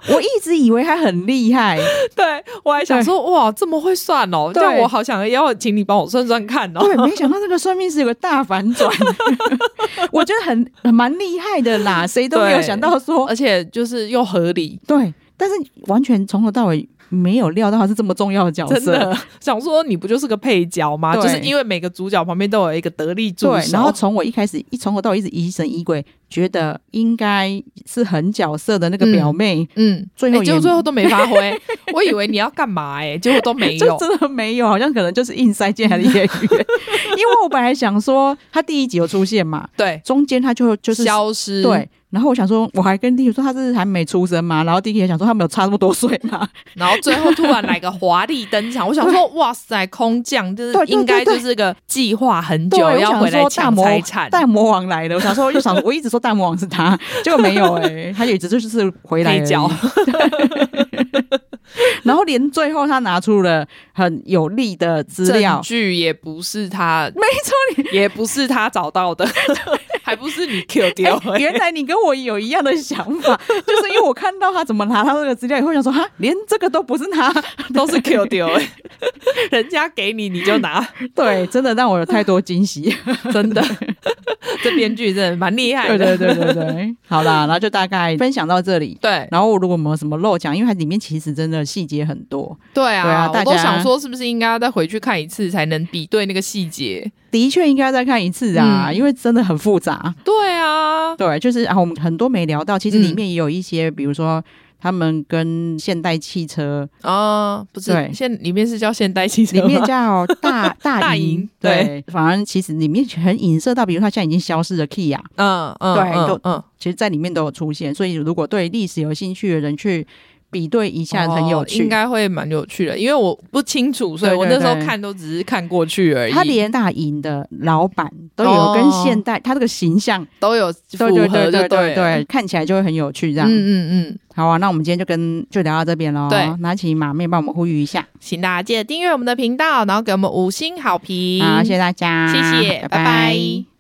Speaker 2: 我一直以为他很厉害，
Speaker 1: 对我还想说，哇，这么会算哦，
Speaker 2: 对
Speaker 1: 但我好想要请你帮我算算看哦。
Speaker 2: 对，没想到那个算命师有个大反转， 我觉得很很蛮厉害的啦，谁都没有
Speaker 1: 对
Speaker 2: 想到说，
Speaker 1: 而且就是又合理，
Speaker 2: 对，但是完全从头到尾没有料到他是这么重要的角
Speaker 1: 真
Speaker 2: 色
Speaker 1: 的。想说你不就是个配角吗？
Speaker 2: 对
Speaker 1: 就是因为每个主角旁边都有一个得力助
Speaker 2: 对，
Speaker 1: 手，
Speaker 2: 然后从我一开始一从头到尾一直疑神疑鬼，觉得应该是很角色的那个表妹，
Speaker 1: 嗯，
Speaker 2: 最后
Speaker 1: 哎结果
Speaker 2: 也
Speaker 1: 最后都没发 挥。我以为你要干嘛哎、结果都 没
Speaker 2: 就
Speaker 1: 有。
Speaker 2: 真的没有，好像可能就是硬塞进来的演员。 因为我本来想说他第一集有出现嘛，
Speaker 1: 对，
Speaker 2: 中间他就就是
Speaker 1: 消失。
Speaker 2: 对，，然后我想说我还跟弟弟说他是还没出生嘛，然后弟弟也想说他没有差那么多岁嘛，
Speaker 1: 然后最后突然来个华丽登场，我想说，哇塞，空降就是
Speaker 2: 对对
Speaker 1: 应该
Speaker 2: 对
Speaker 1: 就是个计划很
Speaker 2: 对
Speaker 1: 久
Speaker 2: 我
Speaker 1: 要
Speaker 2: 想
Speaker 1: 回来
Speaker 2: 说大
Speaker 1: 抢
Speaker 2: 魔
Speaker 1: 财产，
Speaker 2: 大魔王来了，我想说又想说我一直说大魔王 是他，结果没有哎、他也只是就是回来
Speaker 1: 配
Speaker 2: 而已
Speaker 1: 角。
Speaker 2: 然后连最后他拿出了很有力的资料
Speaker 1: 证，据也不是 他，没错，也不是他找到的，还不是 你 Q 掉、
Speaker 2: 哎原来你跟我有一样的想法，就是因为我看到他怎么拿到这个资料以后，想说哈，连这个都不是 他，
Speaker 1: 都是 Q 丢、 欸，人家给你你就拿，
Speaker 2: 对，真的让我有太多惊喜。
Speaker 1: 真的，这编剧真的蛮厉害
Speaker 2: 对
Speaker 1: 的，
Speaker 2: 对对对对，好啦，然后就大概分享到这里。
Speaker 1: 对
Speaker 2: 然后如果我们有什么漏讲，因为它里面其实真的细节很多，
Speaker 1: 对啊，
Speaker 2: 对啊
Speaker 1: 我
Speaker 2: 大
Speaker 1: 都
Speaker 2: 家
Speaker 1: 想说是不是应该要再回去看一次才能比对那个细节？
Speaker 2: 的确应该再看一次啊，
Speaker 1: 嗯
Speaker 2: 因为真的很复杂。
Speaker 1: 对啊，
Speaker 2: 对，就是啊，我们很多没聊到，其实里
Speaker 1: 嗯
Speaker 2: 面也有一些，比如说他们跟现代汽车
Speaker 1: 啊、不是
Speaker 2: 对
Speaker 1: 现里面是叫现代 汽车
Speaker 2: 里
Speaker 1: 吗
Speaker 2: 面叫 大大
Speaker 1: 大
Speaker 2: 营，
Speaker 1: 营
Speaker 2: 对，反而其实里面很影射到，比如他现在已经消失的 Key 啊，
Speaker 1: 嗯嗯
Speaker 2: 对
Speaker 1: 嗯
Speaker 2: 就
Speaker 1: 嗯，
Speaker 2: 其实在里面都有出现，所以如果对历史有兴趣的人去比对一下，很有
Speaker 1: 哦
Speaker 2: 趣。
Speaker 1: 应该会蛮有趣的，因为我不清楚，所以
Speaker 2: 对
Speaker 1: 我那
Speaker 2: 对
Speaker 1: 时候
Speaker 2: 对
Speaker 1: 看都只是看过去而已。
Speaker 2: 他连大营的老板都有跟
Speaker 1: 哦
Speaker 2: 现代、他这个形象，
Speaker 1: 都有符
Speaker 2: 对
Speaker 1: 合
Speaker 2: 对
Speaker 1: 就
Speaker 2: 对对
Speaker 1: 对
Speaker 2: 对
Speaker 1: 了
Speaker 2: 对，看起来就会很有趣。这样、
Speaker 1: 嗯嗯嗯，
Speaker 2: 好啊，那我们今天就跟就聊到这边喽。
Speaker 1: 对
Speaker 2: 拿起马面帮我们呼吁一下，
Speaker 1: 请大家记得订阅我们的频道，然后给我们五星好评。
Speaker 2: 好，谢谢大
Speaker 1: 嗯
Speaker 2: 家，
Speaker 1: 谢谢拜拜
Speaker 2: 拜